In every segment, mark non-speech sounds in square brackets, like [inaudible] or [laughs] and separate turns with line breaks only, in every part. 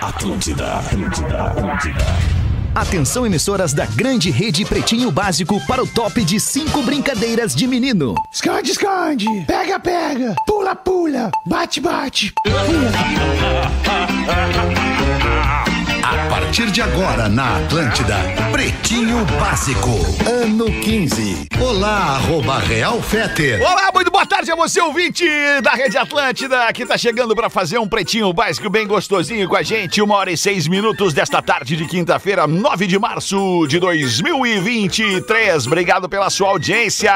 Atlântida, Atlântida, Atlântida. Atenção emissoras da grande rede Pretinho Básico para o top de cinco brincadeiras de menino.
Esconde, esconde, pega, pega, pula, pula, bate, bate.
A partir de agora na Atlântida, Pretinho Básico, ano 15. Olá, arroba Real Feter.
Olá, muito boa tarde a você, ouvinte da Rede Atlântida, que tá chegando para fazer um Pretinho Básico bem gostosinho com a gente. Uma hora e seis minutos desta tarde de quinta-feira, 9 de março de 2023. Obrigado pela sua audiência.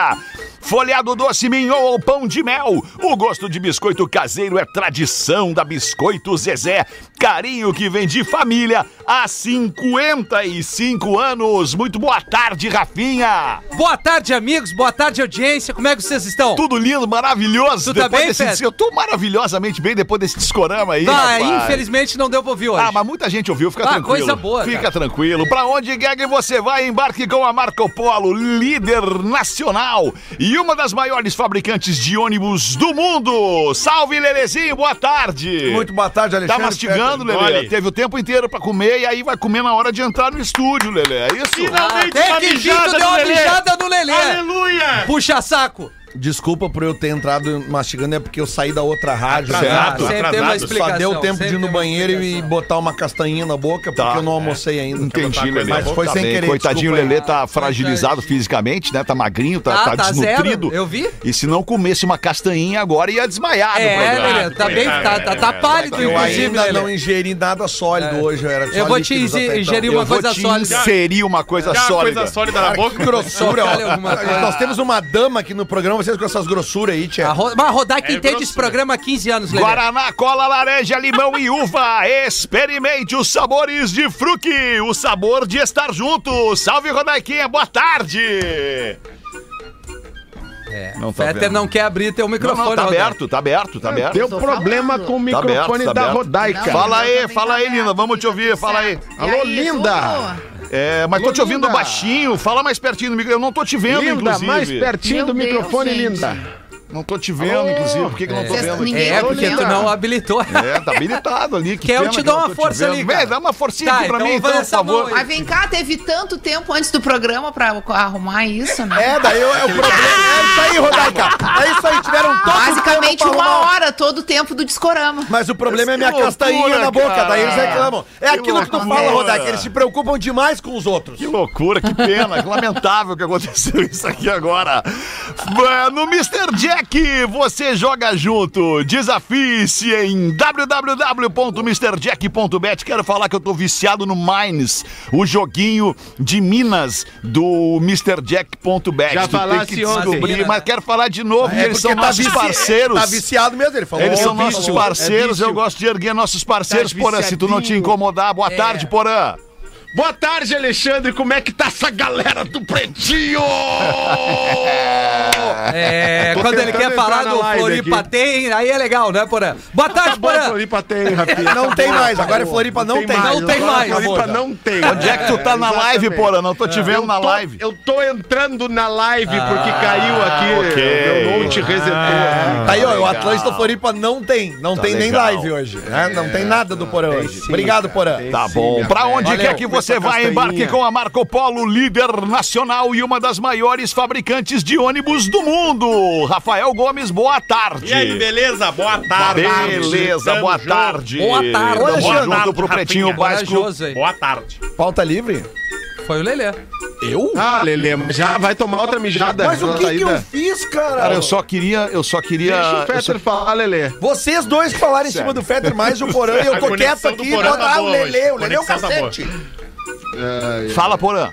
Folhado doce mignon ou pão de mel. O gosto de biscoito caseiro é tradição da Biscoito Zezé. Carinho que vem de família há 55 anos. Muito boa tarde, Rafinha.
Boa tarde, amigos. Boa tarde, audiência. Como é que vocês estão?
Tudo lindo, maravilhoso.
Tu tá
Depois desse-
bem, Pedro?
Eu tô maravilhosamente bem depois desse discorama aí,
Ah,
rapaz.
infelizmente não deu pra ouvir hoje.
Ah, mas muita gente ouviu, fica
Ah,
tranquilo.
coisa boa,
Fica
cara.
tranquilo. Pra onde quer que você vai, embarque com a Marco Polo, líder nacional e uma das maiores fabricantes de ônibus do mundo. Salve, Lelezinho, boa tarde.
Muito boa tarde,
Tá
Alexandre.
mastigando,
Fetter.
Lele?
Olha,
Teve o tempo inteiro pra comer e aí vai comer na hora de entrar no estúdio, Lele. É isso?
Ah, Até que enfim, tu deu uma mijada no Lelê. Aleluia! Puxa saco.
Desculpa por eu ter entrado mastigando, é porque eu saí da outra rádio.
Atrasado,
né?
sempre tem uma explicação.
Só deu tempo de
sempre
ir no
tem uma
banheiro e
explicação.
botar uma castanhinha na boca, porque
Tá.
eu não almocei ainda.
Um
Entendi, Lelê.
Mas foi
Tá
sem
bem.
querer.
Coitadinho, o
desculpa aí.
Lelê tá fragilizado fisicamente, né? Tá magrinho, tá,
Ah,
tá
tá
desnutrido.
zero. Eu vi.
E se não comesse uma castanhinha agora, ia desmaiar no
É,
programa.
Lelê, tá bem, tá, tá, tá pálido,
Eu
inclusive,
ainda não
Lelê. É.
ingeri nada sólido hoje, eu era só
Eu vou te
líquidos até
inge-
então.
ingerir
Eu
uma
vou
coisa
te
sólida.
inserir uma coisa
Dá é uma
sólida.
coisa sólida na boca.
Que grossura,
Olha alguma coisa.
ó. Nós temos uma dama aqui no programa, vocês com essas grossuras aí, Tchê.
A Ro... Mas rodar
É
quem entende
grosso,
esse programa há 15 anos, Lelê.
Guaraná, cola, laranja, limão e uva. Experimente os sabores de fruque, o sabor de estar junto. Salve, Rodaiquinha, boa tarde.
É.
Não
Não
tá
Peter
vendo.
não quer abrir teu
Não,
microfone,
não, tá
Rodaica.
aberto, tá aberto,
É,
tá aberto.
Deu problema com o
Tá aberto,
microfone
tá
da
aberto.
Rodaica.
Fala aí,
também
fala
tá
aí, linda,
aberto,
vamos te
tá
ouvir,
tudo
fala aí.
certo. E
Alô,
aí,
linda!
tudo?
É, mas tô te
Alô,
ouvindo
linda.
baixinho, fala mais pertinho do microfone. Eu não tô te vendo,
Linda,
inclusive.
mais pertinho
Meu
do
Deus,
microfone,
gente.
linda.
Não tô te vendo, inclusive. Por que, que eu não tô
Vocês-
vendo?
ninguém
É,
Alô,
porque tu
linda.
não habilitou.
É, tá habilitado ali. Que
Quer eu
pena
te
que
dar uma
tô
força
vendo.
ali,
Vem,
cara.
dá uma forcinha
Tá,
aqui pra
então
mim,
vamos
então, por
essa
favor.
mão aí.
Mas vem cá, teve tanto tempo antes do programa pra arrumar isso, né?
É, daí eu- é o problema. É isso aí, Rodaica. É isso aí, tiveram todo o tempo
Basicamente
pra
uma
arrumar.
hora, todo o tempo do discorama.
Mas o problema é minha
loucura,
castanhinha na boca,
cara.
daí eles reclamam. É
Que
aquilo que tu
loucura.
fala, Rodaica, eles se preocupam demais com os outros.
Que loucura, que pena, que lamentável que aconteceu isso aqui agora. Bah, No Mr. Jack, você joga junto. Desafie-se em www.mrjack.bet. Quero falar que eu tô viciado no Mines, o joguinho de Minas do MrJack.bet.
Já
Tu tem
falasse
que
ontem.
descobrir, mas quero falar de novo, porque eles são
tá
nossos
vici-
parceiros.
Tá viciado mesmo, ele falou.
Eles
Ó,
são
vício.
nossos parceiros,
é
eu
vício.
gosto de erguer nossos parceiros,
Tá
Porã, se tu não te
viciadinho.
incomodar. Boa tarde, Porã.
Boa tarde, Alexandre. Como é que tá essa galera do Pretinho?
É,
[laughs] Tô
quando ele
tentando
quer falar
entrar na
do
live
Floripa
aqui.
tem, aí é legal, né, Porã? Boa tarde,
[laughs] Boa,
Porã.
Floripa tem, Rafinha.
Não tem mais, agora é Floripa não tem.
mais, Não tem
agora
mais.
Floripa não tem.
Onde é que tu tá na live, Porã? Não tô te vendo na live.
Eu tô entrando na live porque caiu aqui.
ok.
Meu note resetou.
Tá aí, ó, o Atlântico Floripa não tem. Não tem nem
legal.
live hoje. né? Não Tá tem nada do Porã hoje. Obrigado, Porã.
Tá bom. Pra onde
Valeu.
quer que você vá, embarque com a Marco Polo, líder nacional e uma das maiores fabricantes de ônibus do mundo. Rafael Gomes, boa tarde.
E aí, beleza? Boa tarde.
Beleza,
Tamo
boa
junto.
tarde.
Boa tarde.
Tamo
Boa
junto
tarde,
pro Pretinho
Rafinha.
Básico.
Corajoso aí.
Boa tarde.
Pauta livre?
Foi o
Tá
Lelê.
Eu?
Ah, Lelê, mas já vai tomar outra mijada.
Mas o
na
que, que eu
saída.
fiz, cara?
Cara, eu só queria, eu só queria...
Deixa o
eu só-
Fetter falar, Lelê.
Vocês dois que falaram em cima do Fetter mais o [laughs] Porã e eu
A
tô quieto
conexão do
aqui.
Porã tá
Botar o
boa
Lelê.
hoje.
O Lelê é o
Conexão tá boa.
cacete.
Fala, Porã.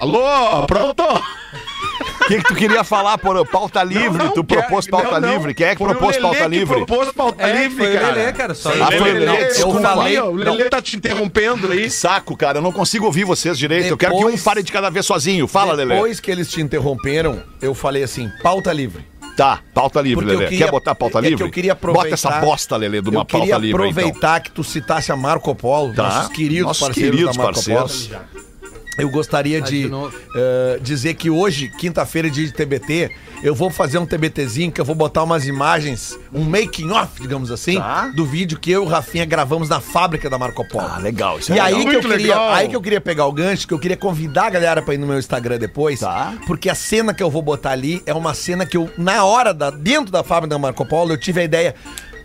Alô, pronto?
O que, que tu queria falar, Porã? Pauta livre,
Não,
tu
quer-
propôs pauta
não, não.
livre. Quem é que
Foi o
propôs
Lelê
pauta
que
livre?
propôs pauta
É,
livre,
foi
cara. Tá
o Lelê, cara. Só
Ah,
isso.
foi o Lelê,
eu
desculpa,
falei,
Lelê.
ó, o Lelê tá te interrompendo aí.
Saco, cara, eu não consigo ouvir vocês direito. Eu quero que um
Depois-
fale de cada vez sozinho. Fala, Lelê.
Depois que eles te interromperam, eu falei assim, pauta livre.
Tá, pauta livre,
Porque eu
Lelê.
queria-
Quer botar pauta
é que
livre?
eu queria aproveitar-
Bota essa bosta, Lelê, de uma
eu queria
pauta livre, então.
aproveitar que tu citasse a Marco Polo,
Tá.
nossos queridos
Nossos
parceiros
queridos
da Marco
parceiros.
Polo. Eu gostaria de,
Tá de novo.
eh, dizer que hoje, quinta-feira, dia de TBT, eu vou fazer um TBTzinho que eu vou botar umas imagens, um making off, digamos assim, do vídeo que eu e o Rafinha gravamos na fábrica da Marco Polo.
Tá. Ah, legal. Isso
E
é
aí
legal.
que, eu
Muito
queria,
legal.
aí que eu queria pegar o gancho, que eu queria convidar a galera pra ir no meu Instagram depois,
Tá.
porque a cena que eu vou botar ali é uma cena que eu, na hora, da, dentro da fábrica da Marco Polo, eu tive a ideia,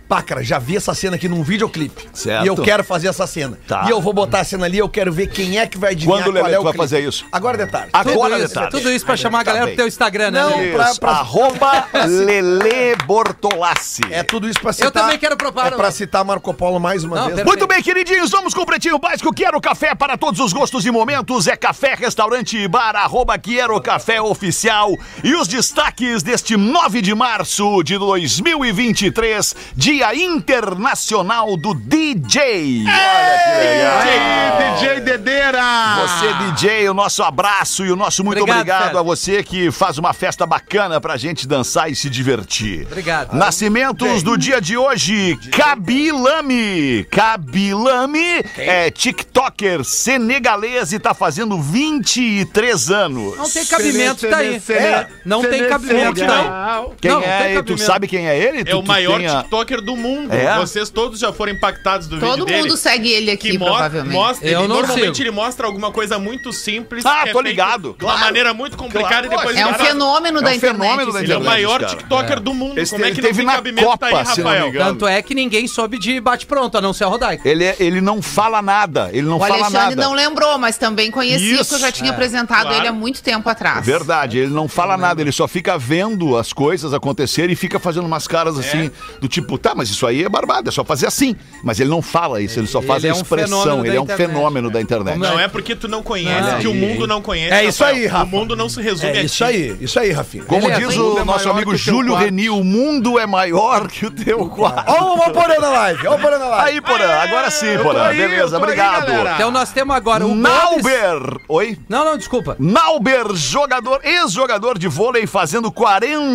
pá, cara, já vi essa cena aqui num videoclipe.
Certo.
E eu quero fazer essa cena.
Tá.
E eu vou botar a cena ali, eu quero ver quem é que vai adivinhar
Quando, Lelê,
qual é
tu
o
vai
clipe.
fazer isso? Ah.
Agora é de tarde.
Agora
tudo
de
isso,
tá
tarde.
tudo isso pra chamar a galera
bem.
pro teu Instagram, né?
Não,
Lelê?
pra- pra-
Arroba Lele Bortolassi.
É tudo isso pra citar.
também quero provar,
É pra
lá.
citar Marco Polo mais uma
Não,
vez.
pera-
Muito bem, queridinhos, vamos com o Pretinho Básico. Quero café para todos os gostos e momentos. É café, restaurante e bar, arroba Quero Café Oficial. E os destaques deste 9 de março de 2023, Dia Internacional do DJ.
É.
DJ Dedeira!
Você, DJ, o nosso abraço e o nosso muito obrigado,
Obrigado, Fera.
a você que faz uma festa bacana pra gente dançar e se divertir.
Obrigado.
Nascimentos do dia de hoje, Kabilame. Kabilame é tiktoker senegalês e tá fazendo 23 anos.
Não tem cabimento, tá aí. É, Não tem cabimento, tá aí.
Quem
Não, não
é
tem
ele? Tu
cabimento.
sabe quem é ele?
É
Tu
o
que
maior
tem a-
TikToker do mundo.
É?
Vocês todos já foram impactados do vídeo
Todo
dele.
mundo segue ele aqui,
que mo-
provavelmente.
mostra,
Eu
ele,
não
normalmente
sigo.
ele mostra alguma coisa muito simples.
Ah,
que é
tô
feito
ligado,
De uma
claro.
maneira muito complicada
Claro,
e depois
É um
ele-
fenômeno da
um
internet.
fenômeno da
esse
Ele é o
internet.
maior
cara.
TikToker do mundo.
Esse
Como é
ele
que
teve
não
na
tem cabimento tá aí,
Copa, se não me
Rafael?
engano.
Tanto é que ninguém sobe de bate-pronto, a não ser a Rodaica.
Ele, é- ele não fala nada, ele não
O
fala
Alexandre
nada.
não lembrou, mas também conhecia,
Isso, É
porque eu já tinha apresentado
É, claro.
ele há muito tempo atrás.
Verdade, ele não fala nada, ele só fica vendo as coisas acontecerem e fica fazendo umas caras assim,
É.
do tipo, tá, mas isso aí é barbado, é só fazer assim. Mas ele não fala isso, ele só faz
Ele
a
é um
expressão,
fenômeno da
ele é um
internet,
fenômeno da internet.
Não é porque tu não conhece, que o mundo não conhece.
É isso aí,
Rafael.
Rafa.
O mundo não se resume
É
a
isso
ti.
aí, isso aí, Rafinha.
Como
Beleza,
diz
hein?
o
É
nosso
maior
amigo
que o teu
Júlio
quarto.
Reni, o mundo é maior que o teu quarto.
Ó, o Porã na live, ó o Porã na live.
Aí, Porã, agora sim, Porã.
aí, eu
Beleza,
tô aí,
obrigado.
galera.
Então nós temos agora o Gomes...
Nauber. Oi?
Não, não, desculpa.
Nauber, jogador, ex-jogador de vôlei, fazendo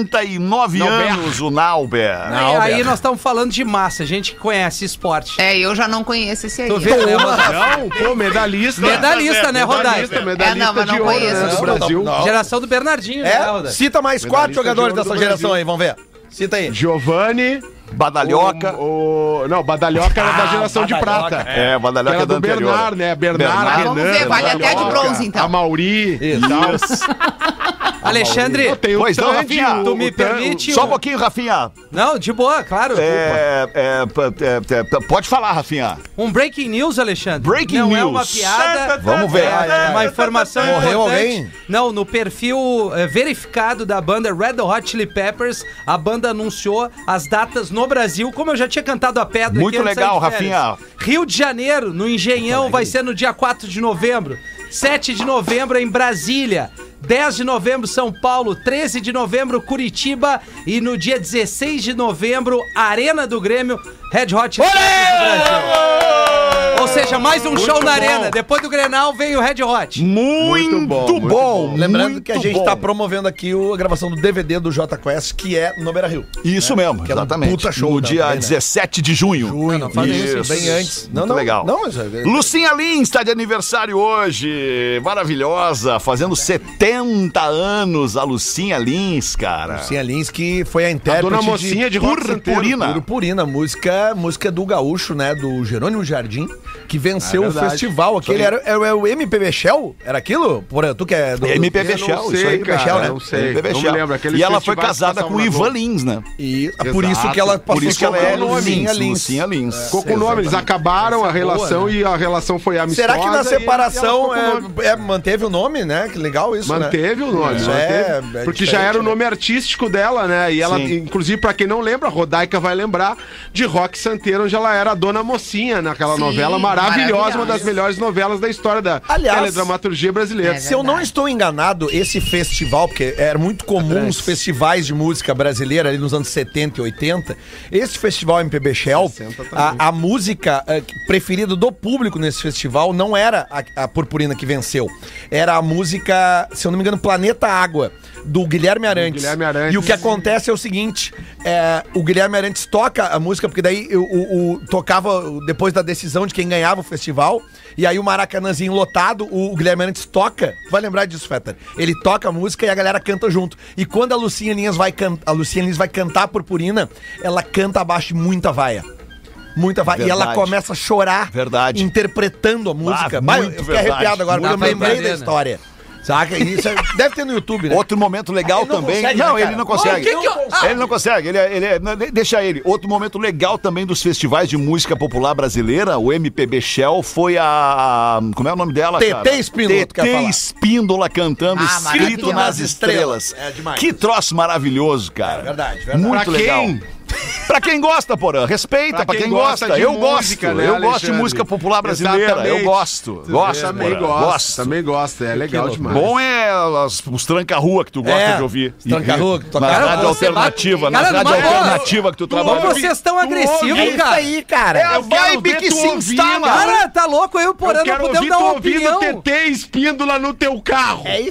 49 anos, o Nauber.
aí aí nós estamos falando de massa, gente que conhece esporte.
É, eu já não conheço esse aí.
Tu vê, né, Rodaica?
Não, pô, medalhista.
Medalhista, né,
Medalhista,
Rodaica?
medalhista
É, não, mas
de
não
ouro
conheço.
né, do
Não,
Brasil.
não.
Geração do Bernardinho, né,
É,
Rodaica?
cita mais quatro
Medalhista de
jogadores
ouro
dessa
do
geração
Brasil.
aí, vamos ver. Cita aí.
Giovanni.
Badalhoca.
O, o- não, Badalhoca era da geração de
Badalhoca.
prata.
É, Badalhoca
Era
da
do
anterior.
Bernard, né?
Bernard.
Bernard,
Mas vamos
Renan.
ver,
né?
vale até de
Badalhoca,
bronze, então.
A Mauri. e tal.
Tá Alexandre,
Não, tem o
Pois não,
Tandy,
Rafinha?
o-
tu me
o Tan-
permite...
Só um
um-
pouquinho, Rafinha.
Não, de boa, claro.
É, é, p- é, é, p- pode falar, Rafinha.
Um breaking news, Alexandre.
Breaking
não é
news.
uma piada.
Vamos ver.
É uma informação
Morreu
importante.
alguém?
Não, no perfil eh, verificado da banda Red Hot Chili Peppers, a banda anunciou as datas no Brasil. Como eu já tinha cantado a pedra
Muito
aqui antes de
legal,
sair de férias.
Rafinha.
Rio de Janeiro, no Engenhão, vai ser no dia 4 de novembro. 7 de novembro em Brasília. 10 de novembro, São Paulo. 13 de novembro, Curitiba. E no dia 16 de novembro, Arena do Grêmio, Red Hot Chili Peppers do Brasil. Ou seja, mais um show na arena. Depois do Grenal vem o Red Hot.
Muito,
bom,
bom.
muito bom.
Lembrando
muito
que a gente
bom.
tá promovendo aqui o- a gravação do DVD do J Quest, que é no Beira Rio.
Isso mesmo,
é um
exatamente.
puta show
no
da-
dia
também, né?
17 de junho.
Junho, não fazem isso,
Isso.
bem antes.
Muito legal.
Não, mas... é-
Lucinha Lins está de aniversário hoje. Maravilhosa, fazendo 70 anos a Lucinha Lins, cara.
Lucinha Lins, que foi a intérprete
É. Dona Mocinha de Rock
Purpurina.
Santeiro.
Purpurina, música, música do gaúcho, né? Do Jerônimo Jardim, que
É
venceu o festival. Aquele era, era o MPB Shell? Era aquilo? Porra, tu que é do...
MPB
Eu não
Shell,
sei,
isso aí,
cara,
MPB Shell, né?
não sei,
MPB
não me
Shell.
lembro, aqueles
E ela foi
festivais que
casada
passavam
com o
na
Ivan
Globo.
Lins, né?
E, é por isso
Exato.
que ela
Por isso que ela é
Lucinha
Lucinha Lins. É,
Lins.
Lucinha Lins.
Ficou com o nome, eles acabaram
é
a relação
né?
e a relação foi amistosa.
Será que na
e- e ela ficou
separação
com o nome.
é- é- manteve o nome, né? Que legal isso, né?
Manteve o nome,
Isso é-
manteve.
é
porque
diferente,
já era o
né?
nome artístico dela, né? E ela,
Sim.
inclusive, pra quem não lembra, a Rodaica vai lembrar de Rock Santeiro, onde ela era a dona mocinha naquela
Sim,
novela maravilhosa, uma das
maravilhosa.
melhores novelas da história da
Aliás,
teledramaturgia brasileira.
é
Se eu não estou enganado, esse festival, porque era muito comum os festivais de música brasileira ali nos anos 70 e 80, esse festival MPB Shell,
60 também.
a, a música eh, preferida do público nesse festival não era a, a Purpurina que venceu, era a música, se eu não me engano, Planeta Água. do Guilherme Arantes.
Guilherme Arantes.
E o que acontece é o seguinte: é, o Guilherme Arantes toca a música, porque daí o, o- o- tocava depois da decisão de quem ganhava o festival. E aí o Maracanãzinho lotado, o Guilherme Arantes toca. Tu Vai lembrar disso, Fetter. Ele toca a música e a galera canta junto. E quando a Lucinha Linhas vai, can a Lucinha Linhas vai cantar a purpurina, ela canta abaixo de muita vaia. Muita vaia. E ela
Verdade.
começa a chorar.
Verdade.
Interpretando a música.
Ah,
Bah,
muito
eu fiquei
verdade. né?
arrepiado agora,
Muito
mas lembrei da
verdadeira.
história. Saca? Isso é- deve ter no YouTube, né?
Outro momento legal
Ah, ele não
também.
consegue,
não,
né,
ele
cara?
não consegue.
Por que que eu- Ah!
Ele não consegue. Ele, é- ele é- não, de- deixa ele. Outro momento legal também dos festivais de música popular brasileira, o MPB Shell, foi a. Como é o nome dela?
TT
cara?
Espíndola, tu quer
TT
falar.
Espíndola cantando
Ah,
Escrito
maravilhoso.
nas Estrelas.
É demais.
Que troço maravilhoso, cara.
Verdade, verdade.
É Muito
Pra
legal.
quem?
Pra quem gosta, Porã, respeita, É pra, quem, gosta.
de
Eu
música,
gosto,
né,
eu gosto de
Alexandre?
música popular brasileira. Eu
Exatamente.
gosto,
Tu
gosto.
também
Porã,
gosto, Também gosto, é legal demais.
Bom é as- os tranca-rua que tu gosta
É,
de ouvir.
os tranca-rua que tu
Na
acaba-
rádio
você
alternativa,
bate-
na
Cara,
rádio
mas-
alternativa que
Tá
tu tá trabalha.
Como vocês estão agressivos, É cara?
cara.
É a vibe que se instala.
Cara, tá louco? Eu, porém, não
quero
podemos
ouvir
dar
tu
uma
ouvindo
opinião.
TT Espíndola no teu carro.
É isso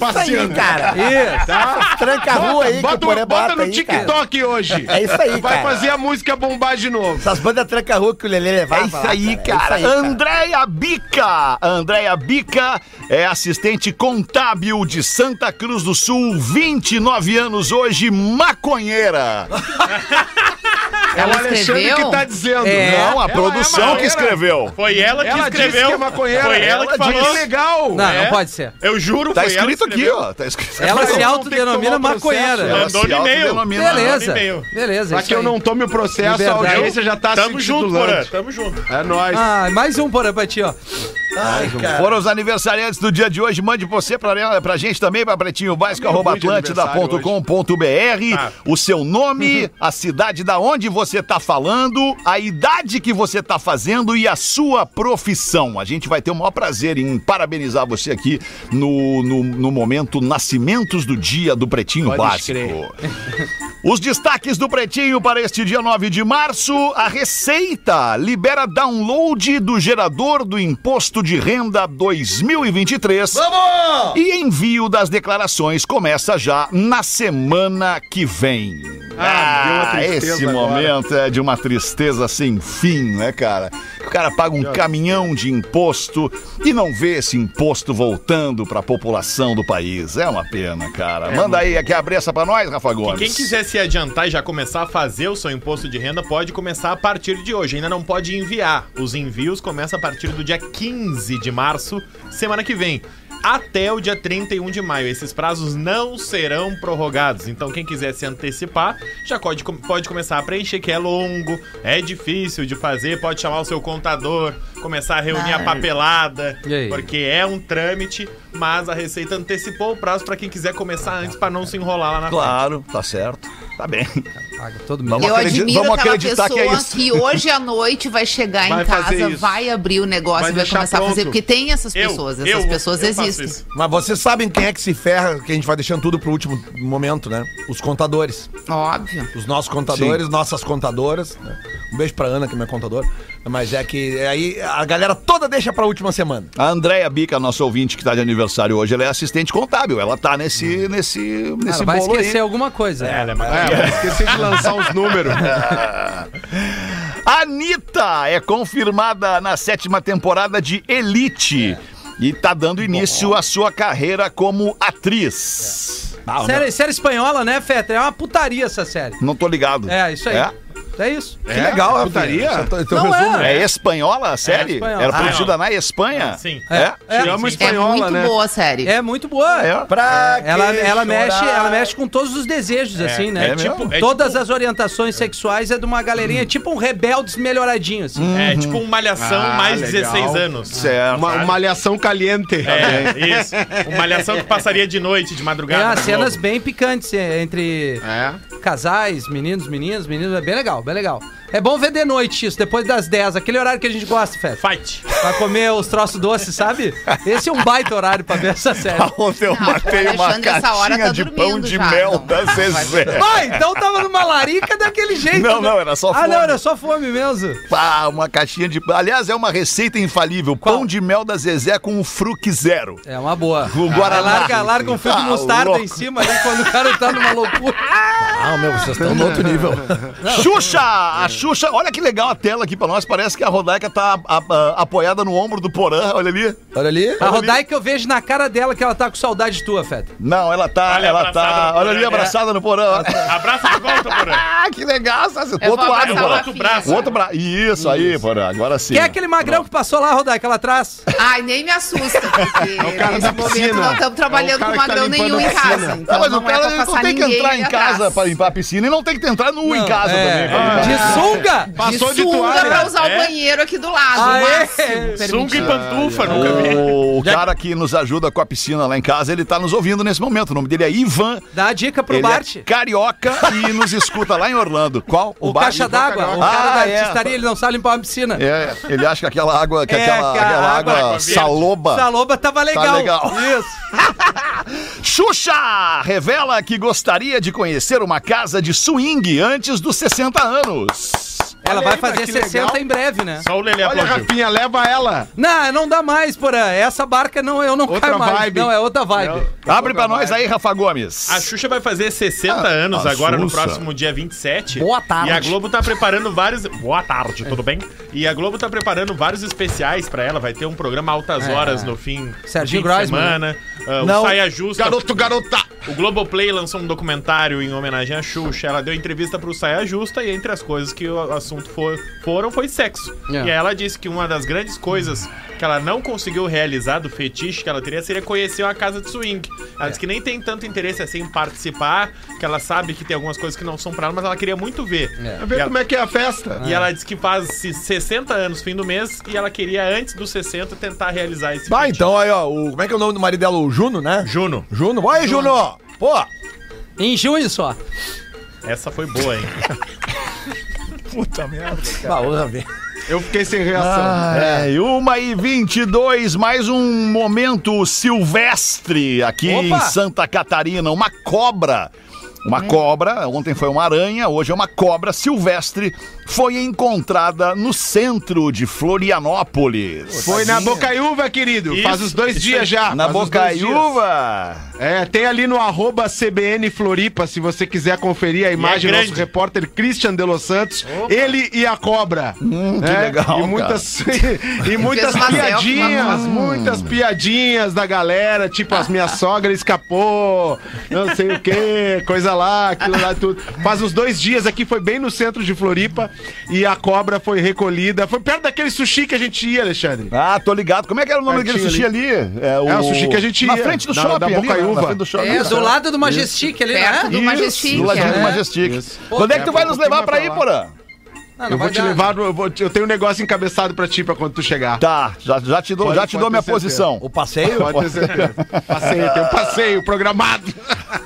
aí,
passeando.
[laughs] cara.
Isso.
Tá? Tranca a rua aí, que o
Bota,
Poré
bota,
bota
no
aí, cara.
TikTok hoje.
É isso aí,
Vai
cara.
fazer a música bombar de novo.
Essas bandas tranca a rua que o Lelê levava.
É isso
lá,
aí, cara.
É isso aí,
Andréia Bica. Andréia Bica é assistente contábil de Santa Cruz do Sul, 29 anos hoje, maconheira.
É o
Ela
Alexandre
escreveu?
que tá dizendo.
Não, a
é
produção que
maconheira.
escreveu.
Foi ela que
Ela disse
escreveu.
que é maconheira.
Foi ela, que falou.
Disse legal.
Não,
É.
não pode ser.
Eu juro,
Tá
foi ela que
escrito aqui,
escreveu.
ó. Tá escrito.
Ela
Mas
se
eu vou ter que
autodenomina
tomar o processo,
maconheira.
Ela
Mandou
se
no e-mail.
autodenomina
Beleza.
e-mail.
Beleza.
Pra
isso
que eu
aí.
não tome o processo, a
Liberdade.
audiência já tá
Tamo
se
junto, Porã.
titulando.
Tamo junto.
É nóis.
Ah, mais um porém pra ti, ó.
Foram os aniversariantes do dia de hoje. Mande você pra, pra gente também, pra
ruim de
pretinhobásico.atlântida.com.br.
Tá.
O seu nome, a cidade da onde você tá falando, a idade que você tá fazendo e a sua profissão. A gente vai ter o maior prazer em parabenizar você aqui no, no, no momento Nascimentos do Dia do Pretinho Básico. Os destaques do Pretinho para este dia 9 de março. A Receita libera download do gerador do Imposto de Renda 2023. Vamos! E envio das declarações começa já na semana que vem.
Ah, deu uma tristeza
esse
agora.
momento é de uma tristeza sem fim, né, cara? O cara paga um caminhão de imposto e não vê esse imposto voltando para a população do país. É uma pena, cara. Manda aí aqui a breça para nós, Rafa Gomes.
Quem quiser se adiantar e já começar a fazer o seu imposto de renda, pode começar a partir de hoje. Ainda não pode enviar. Os envios começam a partir do dia 15 de março, semana que vem. Até o dia 31 de maio. Esses prazos não serão prorrogados. Então, quem quiser se antecipar, já pode, com- pode começar a preencher, que é longo, é difícil de fazer. Pode chamar o seu contador, começar a reunir a papelada,
E aí?
porque é um trâmite. Mas a Receita antecipou o prazo para quem quiser começar antes, para não se enrolar lá na frente.
Claro, tá certo. Tá bem.
Paga Ah, todo mundo.
Vamos
Eu
acredi-
admiro
vamos
aquela
acreditar
pessoa
que
que,
é isso.
hoje à noite vai chegar
Vai
em
fazer
casa,
isso.
vai abrir o negócio
Vai
e vai
deixar
começar a fazer,
pronto.
porque tem essas
Eu-
pessoas,
eu
essas
faço-
pessoas
eu faço
existem.
isso.
Mas vocês sabem quem é que se ferra, que a gente vai deixando tudo pro último momento, né? Os contadores.
Óbvio.
Os nossos contadores, nossas contadoras. né? Um beijo pra Ana, que é minha contadora. Mas é que aí a galera toda deixa pra última semana.
A Andréia Bica, nossa ouvinte que tá de aniversário hoje, ela é assistente contábil. Ela tá nesse, nesse, nesse
Cara, vai
bolo aí.
esquecer alguma coisa.
Ela é mais
É, mas esqueci de lançar os números.
[laughs] Anitta é confirmada na sétima temporada de Elite. E tá dando início à sua carreira como atriz. Ah,
série, série espanhola, né, Fetter? É uma putaria essa série.
Não tô ligado.
É, isso aí.
É,
É, isso.
Que legal,
É,
né?
putaria?
Esse é o teu- teu
Não é.
resumo.
É espanhola a série?
espanhola.
Era
Ah,
produzida na Espanha?
Sim.
É?
É,
Tiramos
sim.
É
Espanhola,
muito
né?
boa a série.
É muito boa.
É.
Pra
Ela,
que
ela, mexe,
chorar?
ela mexe com todos os desejos, assim, né?
é mesmo?
Tipo,
É
Todas as orientações sexuais é de uma galerinha, tipo um rebeldes melhoradinho, assim.
É tipo um malhação
Ah,
mais
legal.
16 anos.
Certo.
Uma, uma alhação caliente.
É, isso. Uma malhação que passaria de noite, de
É
madrugada.
umas
na
cenas
Globo.
bem picantes é, entre
É.
casais, meninos, meninas, meninos. É bem legal, bem legal. É bom ver de noite isso, depois das 10, aquele horário que a gente gosta, Feta.
Fight.
Pra comer os troços doces, sabe? Esse é um baita horário pra ver essa série.
[laughs] Ontem eu
Não,
matei
o
uma
Alexandre, essa hora
caixinha
tá
de pão
dormindo
de
já,
mel
não.
da Zezé.
Ah, então tava numa larica daquele jeito.
Não,
né?
não, era só
Ah, não,
fome.
era só fome mesmo.
Pá, uma caixinha de pão. Aliás, é uma receita infalível.
Qual?
Pão de mel da Zezé com um fruque zero.
É uma boa.
O Guaraná.
Larga, larga um fio de
Ah,
mostarda
louco.
em cima ali quando o cara tá numa loucura.
[laughs]
Ah, meu, vocês estão no outro nível.
Xuxa! A Xuxa, olha que legal a tela aqui pra nós. Parece que a Rodaica tá a- a- apoiada no ombro do Porã, olha ali.
Olha ali.
A Rodaica eu vejo na cara dela que ela tá com saudade tua, Feta.
Não, ela tá,
Olha,
ela
abraçada
tá.
no
Olha
Porã,
ali,
né?
abraçada no Porã. olha.
Abraça de volta, Porã.
Ah, que legal, Sassi.
Eu
Outro
vou
lado,
abraçar o
Porã.
Outro
Rafinha.
braço.
Outro braço. Isso aí, Porã. Agora sim.
Quem é aquele magrão que passou lá, Rodaica, lá atrás?
Ai, nem
[laughs]
me assusta, porque
É
cara
nesse
da
momento
piscina.
não estamos
É o
trabalhando com
cara que tá
magrão
limpando
nenhum
a
em
piscina.
casa.
Não,
Então
Ah, mas
não,
o cara
é pra
não
passar
tem que
ninguém
entrar
ali
em casa
atrás.
pra limpar a piscina e não tem que entrar nu em
Não,
casa também.
é.
pra limpar.
De sunga?
Passou de
Sunga pra
toalha.
usar o banheiro aqui do lado.
Ah, é?
máximo
Sunga e
permitido.
pantufa, Ah, nunca vi.
O cara que nos ajuda com a piscina lá em casa, ele tá nos ouvindo nesse momento. O nome dele é Ivan.
Dá a dica pro
ele
Bart.
é carioca e nos escuta lá em Orlando. Qual?
O,
Bart?
caixa d'água. O cara
Ah,
da
é.
artistaria, ele não sabe limpar uma piscina.
É, ele acha que aquela água, que
É,
aquela,
que a
aquela água,
água-
água verde.
saloba.
Essa loba tava legal.
legal.
Isso.
Xuxa revela que gostaria de conhecer uma casa de swing antes dos 60 anos.
Ela
Olha
vai
aí, mas
fazer
que
60
legal.
em breve, né?
Só o Lelê
Olha,
aplaudiu.
Rafinha, leva ela.
Não, não dá mais, porra. Essa barca não, eu não
Outra
caio mais.
vibe.
Não, é outra vibe.
Abre pra nós aí, Rafa Gomes.
A Xuxa vai fazer 60 anos
a
agora no
Xuxa.
próximo dia 27.
Boa tarde.
E a Globo tá preparando vários. Boa tarde, tudo bem? E a Globo tá preparando vários especiais pra ela. Vai ter um programa Altas Horas no fim,
É. Serginho
fim de
Groisman,
semana. ah,
Não.
O Saia Justa.
Garoto, garota.
O Globoplay lançou um documentário em homenagem à Xuxa. Ela deu entrevista pro Saia Justa e entre as coisas que o assunto for- foram foi sexo.
É.
E aí ela disse que uma das grandes coisas que ela não conseguiu realizar do fetiche que ela teria seria conhecer uma casa de swing. Ela disse que nem tem tanto interesse assim em participar, que ela sabe que tem algumas coisas que não são pra ela, mas ela queria muito ver.
É.
Vê
E
como
ela-
é que é a festa.
E ela disse que faz se- 60 anos, fim do mês, e ela queria, antes dos 60, tentar realizar esse
Vai,
fetiche.
então aí, ó. o- como é que é o nome do marido dela? O Juno, né?
Juno,
Juno. Vai, Juno. Pô.
Em junho só.
essa foi boa, hein?
Baúna, velho.
Eu fiquei sem reação.
É, e uma e 22, mais um momento silvestre aqui
Opa!
em Santa Catarina. Uma cobra.
Hum.
Uma cobra, ontem foi uma aranha, hoje é uma cobra silvestre, foi encontrada no centro de Florianópolis.
Foi na Bocaiúva, querido.
Isso,
Faz os dois
isso
dias
aí.
já.
Na
Faz os dois
Bocaiúva.
dias. É, tem ali no arroba CBN Floripa, se você quiser conferir a imagem,
grande.
nosso repórter Christian de Los Santos, ele e a cobra.
Hum, que
É,
legal,
E muitas, [laughs] e muitas
Fez uma
piadinhas,
selfie,
muitas piadinhas da galera, tipo, as minha sogra escapou, não sei o que, coisa lá, aquilo lá, tudo. Faz uns dois dias aqui, foi bem no centro de Floripa, e a cobra foi recolhida. Foi perto daquele sushi que a gente ia, Alexandre.
Ah, tô ligado. Como é que era o nome
Pertinho
daquele sushi ali? É,
É, o sushi que a gente
Na
ia,
frente do
na-
shopping
da
ali, né?
Bocaiúva.
Na frente do shopping.
É,
Isso.
do lado do Majestic ali,
Perto
né?
do Majestic.
Do ladinho do
né?
Majestic.
Isso.
Quando é que tu
É,
vai
um
nos levar pra
pouquinho pra
aí,
lá.
Porã?
Não, não
Eu vou
vai
te
dar.
levar, no- eu, vou te- eu tenho um negócio encabeçado pra ti pra quando tu chegar.
Tá, já, já te dou,
Pode-
já te
pode
dou minha
ter certeza.
posição.
O passeio?
Pode ter certeza. passeio, tem um passeio programado.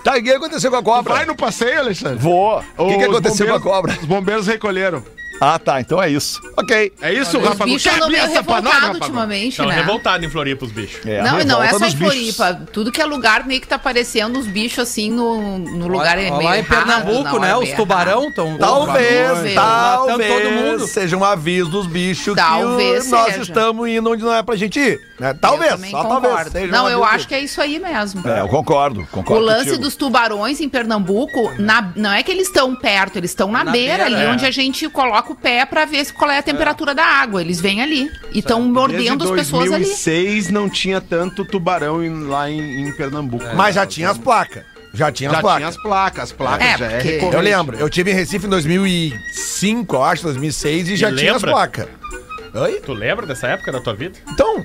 Tá, e o que aconteceu com a cobra?
Vai no passeio, Alexandre?
Vou. O que, que
Os
aconteceu com a
bombeiros-
cobra?
Os bombeiros recolheram.
Ah, tá, então é isso. Ok.
É isso,
Os
Rafa?
bichos
Quer
andam
abrir
meio
essa pra nós,
revoltados
Rafa?
ultimamente,
Tava
né?
revoltado em Floripa os bichos.
É, a
não, e não é
revolta
só
dos
em
bichos.
Floripa. Tudo que é lugar meio que tá aparecendo os bichos assim no,
um
no lugar
Ó,
meio
lá em
errado,
Pernambuco,
não,
né?
é
Os
meio
tubarão estão.
Talvez,
Talvez.
talvez
Matando todo mundo.
seja um aviso dos bichos
Talvez
que o- nós
seja.
estamos indo onde não é pra gente ir. né? Talvez,
Eu também
só
concordo.
talvez. seja um
Não, eu
aviso.
acho que é isso aí mesmo.
É, eu concordo,
O
concordo.
lance
contigo.
dos tubarões em Pernambuco, na- não é que eles estão perto, eles estão na,
Na
beira,
beira,
ali,
é.
onde a gente coloca o pé pra ver se- qual é a temperatura da água. Eles vêm ali e estão mordendo as pessoas
Desde
ali.
2006 não tinha tanto tubarão em- lá em, em Pernambuco.
É. Mas já tinha as placas. Já tinha as
É. já
placas.
tinha as placas. As placas
É,
já é
porque-
recorrente.
Eu lembro, eu tive em Recife em 2005, eu acho, 2006, e já tinha as
lembra?
placas. Oi?
Tu lembra dessa época da tua vida?
Então,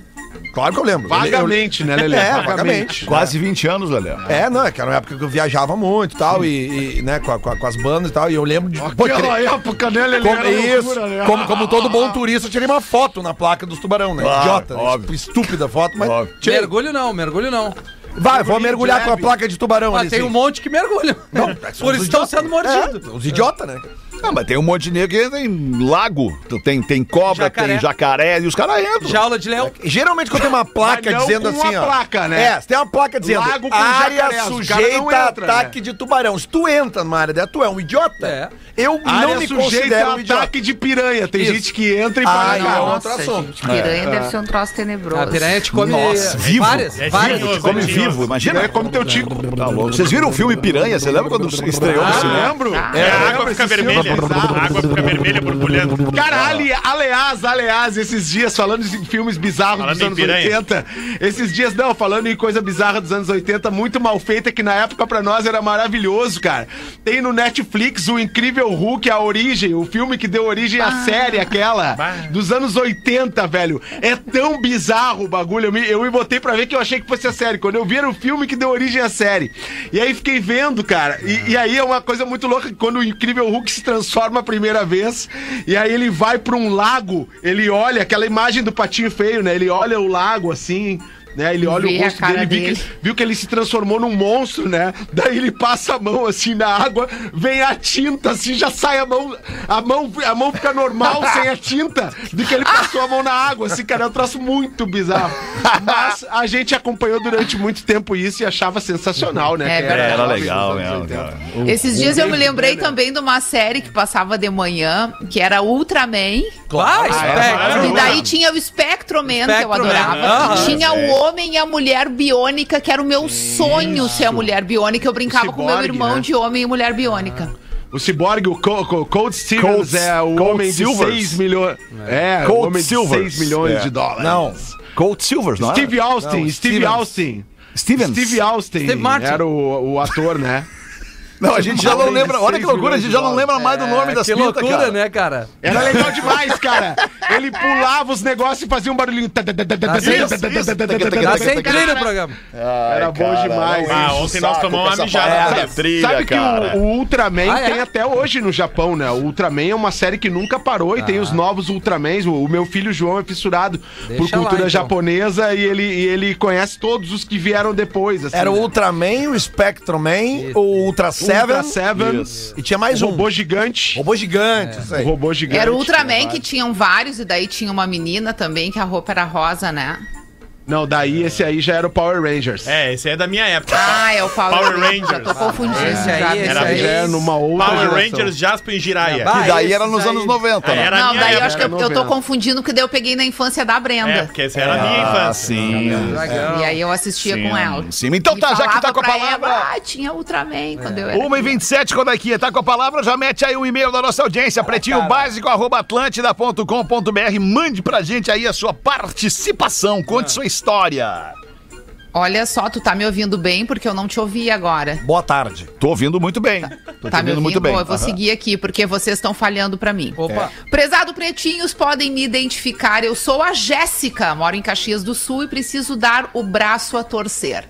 claro que eu lembro. Eu- eu-
Vagamente, né, Lelê?
É, vagamente.
Quase 20 anos, Lelé.
É, não, é que era uma época que eu viajava muito e tal, e, e, né, com, a- com a- com as bandas e tal, e eu lembro de... Pô, tirei-
Aquela época, né, Lelê?
como,
Era
isso,
loucura, né?
como, como todo bom turista, eu tirei uma foto na placa dos tubarão, né?
Claro,
Idiota, né?
óbvio.
estúpida foto, mas...
Óbvio.
tirei.
Mergulho não, mergulho não.
Vai, vou mergulhar com a
leve.
placa de tubarão
Ah,
ali,
tem [laughs]
sim.
é
um monte que mergulha.
Não,
Por isso estão sendo
É,
mordidos.
os idiota, né?
Ah, mas tem um monte de negro que tem lago, tu tem, tem cobra,
Jacaré.
tem jacaré, e os caras entram.
Jaula de leão.
Geralmente quando tem uma placa
[laughs] Mas não
dizendo
com
assim,
uma
ó.
placa, né?
É, se tem uma placa dizendo
Lago com
área
jacaré, os cara
sujeita
não né?"
a
entra,
ataque de tubarão. Se tu entra numa área dessa, tu é um idiota.
É.
Eu
Área
não me
sujeita
considero
a
um idiota.
ataque de piranha. Tem
Isso.
gente que entra e
Ah,
para.
é
cá.
outro
Nossa,
assunto.
gente, piranha
É.
deve ser um troço tenebroso.
A piranha te come
Nossa, vivo.
várias,
É
várias.
gigante.
Come
Nossa.
vivo, imagina.
É como teu tico.
Tá louco. Vocês viram o filme Piranha? Você lembra quando estreou no
Ah,
cinema?
lembro.
É, a água fica vermelha.
um
A água fica vermelha borbulhando.
[laughs] Cara, ali- aliás, aliás, esses dias, falando de filmes bizarros
Falando
dos
em
anos
piranha.
80, esses dias, não, falando em coisa bizarra dos anos 80, muito mal feita, que na época pra nós era maravilhoso, cara. Tem no Netflix o Incrível Hulk, a origem, o filme que deu origem à série, aquela, dos anos 80, velho. É tão bizarro o bagulho, eu me, eu me botei pra ver que eu achei que fosse a série, quando eu vi era o filme que deu origem à série. E aí fiquei vendo, cara, e, e aí é uma coisa muito louca, que quando o Incrível Hulk se transforma a primeira vez, e aí ele vai pra um lago, ele olha aquela imagem do patinho feio, né? Ele olha o lago assim, né? Ele olha
Vê
o
a
rosto
cara
dele, viu que,
dele.
viu que ele se transformou num monstro, né? Daí ele passa a mão assim na água, vem a tinta, assim, já sai a mão, a mão, a mão fica normal sem a tinta, de que ele passou a mão na água, assim, cara, é um troço muito bizarro. Mas a gente acompanhou durante muito tempo isso e achava sensacional, né?
É
Que
verdade.
Era
jovem
legal,
nos anos
né,
80.
cara.
Esses dias eu me lembrei também de uma série que passava de manhã, que era Ultraman.
Vai,
Ah,
é.
e
espectro.
daí tinha o Spectroman, que eu
Spectro Man.
adorava.
Aham.
tinha o Homem e a Mulher Biônica, que era o meu sonho ser a Mulher Biônica. Eu brincava com meu
ciborgue,
irmão
né?
de Homem e Mulher Biônica.
O Cyborg, o Co- Co- Cold Stevens
Cold-
é o
Cold
homem
Silvers.
de 6 milhões. É, o
Cold
homem de
Silvers.
6 milhões
É.
de dólares.
Não.
Cold Silvers, não é?
Steve Austin,
Não,
Steve
Stevens.
Austin.
Stevens.
Steve Austin
Steve Martin.
era o, o ator, né?
Não, a gente já não
Homem de
lembra. Olha que
seis
loucura, a gente já não
milhões de
lembra mais do nome das
É, Que
pintas,
loucura,
cara.
né, cara?
Era legal demais, cara. Ele pulava os negócios e fazia um barulhinho.
sem- Tá sem
Era
trilha o programa.
bom demais.
Ah,
isso.
ontem nós tomamos uma
parada.
mijada.
essa trilha,
Sabe que
cara.
o, o Ultraman
Ah, é?
tem até hoje no Japão, né? O Ultraman é uma série que nunca parou e tem os novos Ultramans. O, o meu filho João é fissurado por
Ah. Deixa lá,
cultura
então.
japonesa e ele, e ele conhece todos os que vieram depois. assim,
Era o
né?
Ultraman, o Spectroman, o Ultra Seven.
Ultra Seven.
E tinha mais
O
um.
É robô gigante.
Robô gigante, isso
O
aí.
robô gigante.
Era o Ultraman que tinham vários, e daí tinha uma menina também, que a roupa era rosa, né?
Não, daí esse aí já era o Power Rangers.
É, esse aí é da minha época.
Ah, é o Power,
Power
Rangers. Já tô
Rangers.
confundindo.
É.
Esse aí,
já
esse
Era
aí.
Já é numa outra
Power
geração.
Rangers, Jasper e Jiraiya.
Bah,
E daí
esses
era nos
aí.
anos 90, né?
Era a
Não,
minha
daí eu
época.
acho que eu, eu tô confundindo, que daí eu peguei na infância da Brenda.
É, porque essa era a minha
Ah,
infância.
sim.
Dragão.
E aí eu assistia
Sim,
com ela.
sim. Então
E
tá, já que tá
falava
com a
pra
palavra.
ela, ah, tinha Ultraman quando eu era.
1 e 27 quando aqui tá com a palavra, já mete aí um e-mail da nossa audiência, pretinho básico, arroba atlântida.com.br. Mande pra gente aí a sua participação, conte sua história.
Olha só, tu tá me ouvindo bem porque eu não te ouvi agora.
Boa tarde.
Tô ouvindo muito bem. Tô te
tá
ouvindo
me ouvindo?
muito bem.
Bom, eu vou
Aham.
seguir aqui porque vocês estão falhando pra mim.
Opa.
Prezado Pretinhos, podem me identificar. Eu sou a Jéssica, moro em Caxias do Sul e preciso dar o braço a torcer.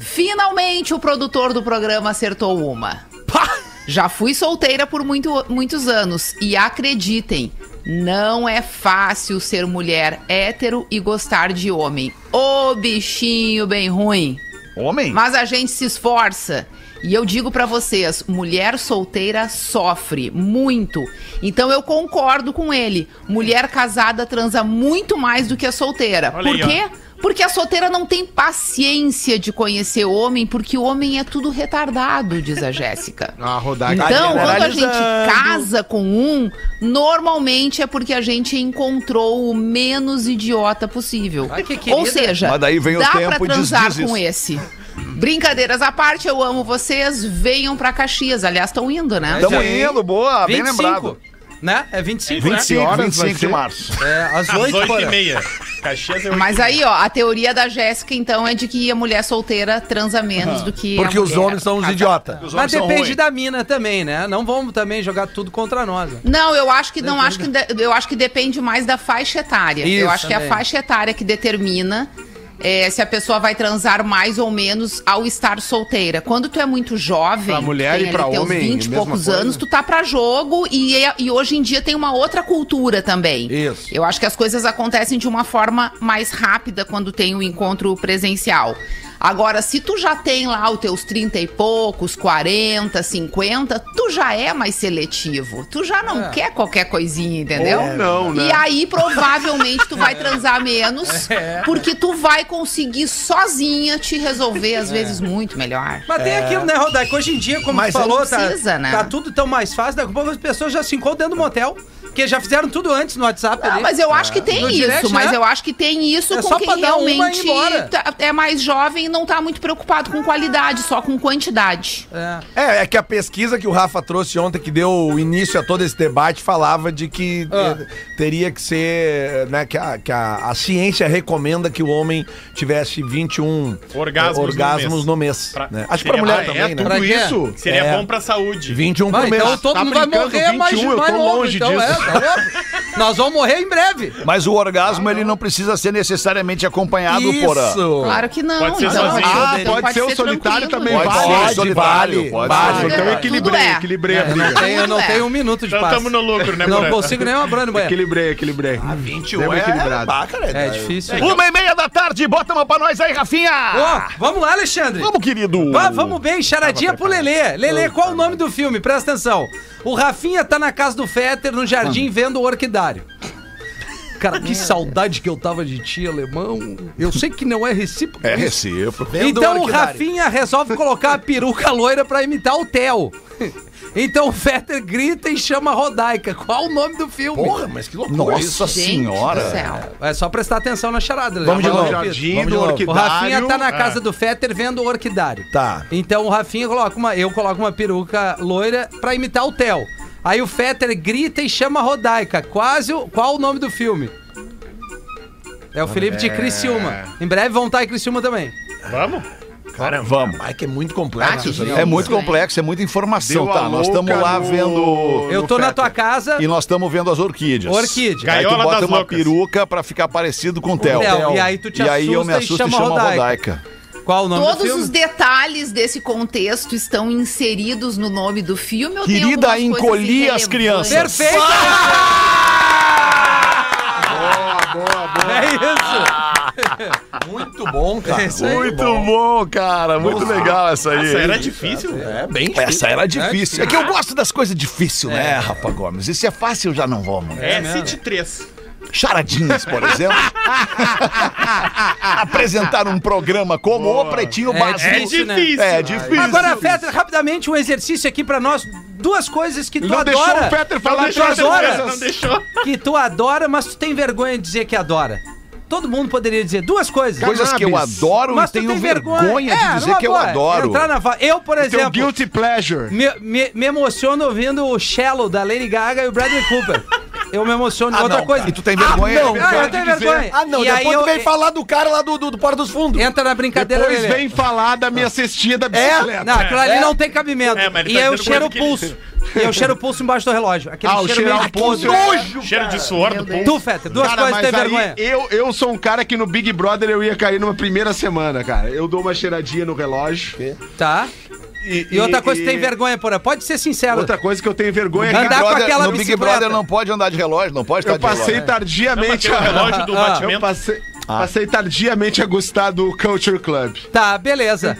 Finalmente o produtor do programa acertou uma. Pá! Já fui solteira por muito- muitos anos e acreditem, não é fácil ser mulher hétero e gostar de homem. Ô bichinho bem ruim.
Homem?
Mas a gente se esforça. E eu digo pra vocês, mulher solteira sofre muito. Então eu concordo com ele. Mulher casada transa muito mais do que a solteira.
Olha
Por
aí,
quê? Porque a solteira não tem paciência de conhecer homem, porque o homem é tudo retardado, diz a Jéssica.
A rodar
Então, quando a gente
generalizando.
casa com um, normalmente é porque a gente encontrou o menos idiota possível.
Ai, que querida.
Ou seja,
Mas daí vem o
dá
tempo
pra
e diz-
transar
diz
com esse. Brincadeiras à parte, eu amo vocês. Venham pra Caxias. Aliás, estão indo, né?
Então,
Tamo
Isso aí.
indo, boa, bem
25,
lembrado.
né? É 25, né?
25,
horas vai
25 de
ser?
março.
É, às
Às
8,
8
Cora.
e meia. Caxias é 8
Mas aí, ó, a teoria da Jéssica, então, é de que a mulher solteira transa menos do que a
Porque os
mulher
homens são os
casada.
idiotas.
Mas depende da mina também, né? Não vamos também jogar tudo contra nós. né?
Não, eu acho que não acho que de- eu acho que depende mais da faixa etária.
Isso,
eu acho que é
também.
a faixa etária que determina eh, se a pessoa vai transar mais ou menos ao estar solteira. Quando tu é muito jovem,
Pra mulher
tem
e pra
ali teus
homem,
20 e
mesma
poucos
coisa.
anos, tu tá pra jogo e, é- e hoje em dia tem uma outra cultura também.
Isso.
Eu acho que as coisas acontecem de uma forma mais rápida quando tem o encontro um presencial. Agora, se tu já tem lá os teus 30 e poucos, 40, 50, tu já é mais seletivo. Tu já não quer qualquer coisinha, entendeu?
Ou não, né?
E aí, provavelmente, tu vai transar menos, porque tu vai conseguir sozinha te resolver, às vezes, muito melhor.
Mas tem aquilo, né, Rodaico? Hoje em dia, como
Mas
tu falou, tá,
precisa, né?
tá tudo tão mais fácil. Daqui a pouco as pessoas já se encontram dentro do motel, porque já fizeram tudo antes no WhatsApp.
Ah,
ali.
mas eu acho que tem
No
isso,
direct,
mas
né?
eu acho que tem isso
É
com
só
quem
pra dar uma e ir
realmente
embora.
tá- é mais jovem e não tá muito preocupado com qualidade, só com quantidade.
É.
É, é que a pesquisa que o Rafa trouxe ontem, que deu início a todo esse debate, falava de que
Ah.
eh, teria que ser, né, que, a, que a, a ciência recomenda que o homem tivesse 21
Orgasmos
eh, orgasmos
no
no mês.
Pra-
né? Acho que
seria
pra mulher
mais- é
também, né?
Pra
Tudo
quê?
isso?
Seria
É.
bom pra saúde.
21
Vai,
por mês.
então todo
Tá
mundo vai
brincando,
morrer mais,
21, eu
mais
tô
novo,
longe
então,
disso.
é, tá louco? Nós vamos morrer em breve.
Mas o orgasmo, ele não precisa ser necessariamente acompanhado, porã.
Isso!
Claro que não. então,
Pode ser sozinho.
Ah, pode ser o solitário também,
Pode
Vale,
ser
vale,
solitário,
vale,
pode
vale.
ser.
Então
Tudo
eu equilibrei,
é.
equilibrei a
Eu não
briga.
tenho, eu não
Tudo é.
tenho um minuto de
Então
paz.
tamo no lucro, né,
Não
Porã?
consigo nem uma brana, banheiro.
Equilibrei, equilibrei. Ah,
21
Deu uma equilibrada.
pá, cara,
É difícil.
Uma e meia da tarde, bota uma pra nós aí, Rafinha!
Ó, vamos lá, Alexandre.
Vamos, querido!
Vá, vamos bem, charadinha pro Lelê. Lelê, qual o nome do filme? Presta atenção. O Rafinha tá na casa do Fetter, no jardim, vendo o orquidário. Cara,
[laughs] É.
que saudade que eu tava de ti, alemão. Eu sei que não é recíproco.
É
isso.
recíproco.
Então o Rafinha resolve colocar a peruca loira pra imitar o Theo. Então o Fetter grita e chama a Rodaica. Qual o nome do filme?
Porra, mas que loucura isso.
Nossa
Senhora.
senhora!
É só prestar atenção na charada. Lelê.
Vamos de
Eu
novo.
repito.
Jardim
Vamos de
do
novo.
O
orquidário.
Rafinha tá na
É.
casa do Fetter vendo o orquidário.
Tá.
Então o Rafinha coloca uma. Eu coloco uma peruca loira pra imitar o Theo. Aí o Fetter grita e chama a Rodaica. Quase. o- Qual o nome do filme? É o Felipe de Criciúma. Em breve vão estar em Criciúma também.
Vamos?
Cara, vamos.
Ai, que é muito
Ah,
complexo isso aí.
É muito
Isso, hein?
complexo, é muita informação,
Deu a
tá? Nós estamos
louca
lá
no-
vendo.
Eu
No
tô na
Fetter.
tua casa.
E nós estamos vendo as orquídeas.
Orquídea.
Aí tu
Gaiola
bota
das
uma
loucas.
peruca pra ficar parecido com o Theo.
Theo. E aí tu te
E aí eu me assusto
assusta e
e
chama a
chamo a
Rodaica.
Rodaica.
Qual o nome do
Todos
filme?
os detalhes desse contexto estão inseridos no nome do filme. ou tem
Querida,
algumas coisas
encolhi as
irrelevantes?
crianças.
Perfeito!
Boa, boa.
É isso!
Muito bom, cara.
É isso aí.
bom, cara. Muito legal essa aí.
Isso era difícil.
É bem
Essa era difícil. É que eu gosto das coisas difíceis, né, Rafa Gomes? Isso é fácil, eu já não vou, mano.
É, City 3.
Charadinhas, por [laughs] exemplo. Apresentar um programa como o Pretinho
É
Básico.
É
Difícil, né?
difícil.
É difícil.
Agora, Fetter, rapidamente um exercício aqui pra nós. Duas coisas que tu
Não deixou
adora.
o Fetter falar,
Não
deixou
tu
as
adora.
coisas.
Não deixou.
que tu adora, mas tu tem vergonha de dizer que adora. Todo mundo poderia dizer duas coisas.
Coisas que eu adoro
mas
e
tu
tenho
tem
vergonha, de
É,
dizer
numa
que eu
boa.
adoro.
Entrar na va- Eu, por
Teu
exemplo,
guilty pleasure.
me, me, me emociono ouvindo o Shallow da Lady Gaga e o Bradley Cooper. Eu me emociono. outra
não,
coisa.
cara. E tu tem vergonha?
Ah, não,
cara,
eu
de
tenho
dizer.
vergonha.
Ah, não,
e aí
depois tu
eu,
vem falar do cara lá do, do, do Porta dos Fundos.
Entra na brincadeira,
Depois
Lelê.
vem falar da minha cestinha da bicicleta.
Tá. É? Não, aquilo ali não tem cabimento.
É, mas ele
e
tá
aí eu
dizendo
cheiro
coisa
o
que ele-
pulso. E eu cheiro o pulso embaixo do relógio. Aquele
Ah, o
cheiro
cheirar
meio-
o pulso.
Cheiro de suor do povo.
Tu, Fetter, duas
Cara,
coisas que
mas
tem
aí
vergonha.
eu, eu sou um cara que no Big Brother eu ia cair numa primeira semana, cara. Eu dou uma cheiradinha no relógio.
Tá? E outra coisa que tem vergonha, porra. Pode ser sincero.
Outra coisa que eu tenho vergonha é
Andar
que
com
Brother-
aquela
no Big
bicicleta.
Brother não pode andar de relógio, não pode estar
eu
de relógio.
passei
né?
tardiamente
Tem o
a...
relógio do
Ah,
Eu
batimento.
passei, passei tardiamente a gostar do Culture Club.
Tá, beleza.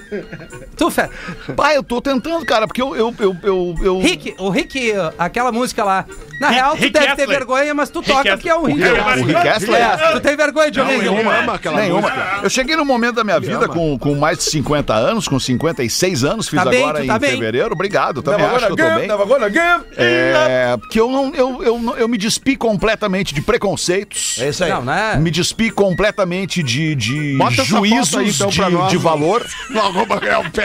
tu, Fé.
Pai, eu tô tentando, cara, porque eu. eu, eu, eu, eu-
Rick, o Rick, aquela música lá. Na
Rick-
real, tu
Rick
deve ter
Astley.
vergonha, mas tu
Rick
toca porque é um Rick.
Astley. O
o
Rick
Rick Astley?
É, tu tem vergonha de um Rick.
Eu amo aquela
Nenhuma.
música.
Eu cheguei num momento da minha vida com, com mais de 50 anos, com 56 anos, fiz
Tá bem,
agora
tu tá
em
bem.
fevereiro. Obrigado, também acho que eu tô bem.
agora, game.
É, porque eu não, eu, eu, não- eu me despi completamente de preconceitos.
É isso aí.
Não, né?
Me despi completamente de, de
Bota essa
juízos
foto aí, então, pra
de,
nós.
de valor.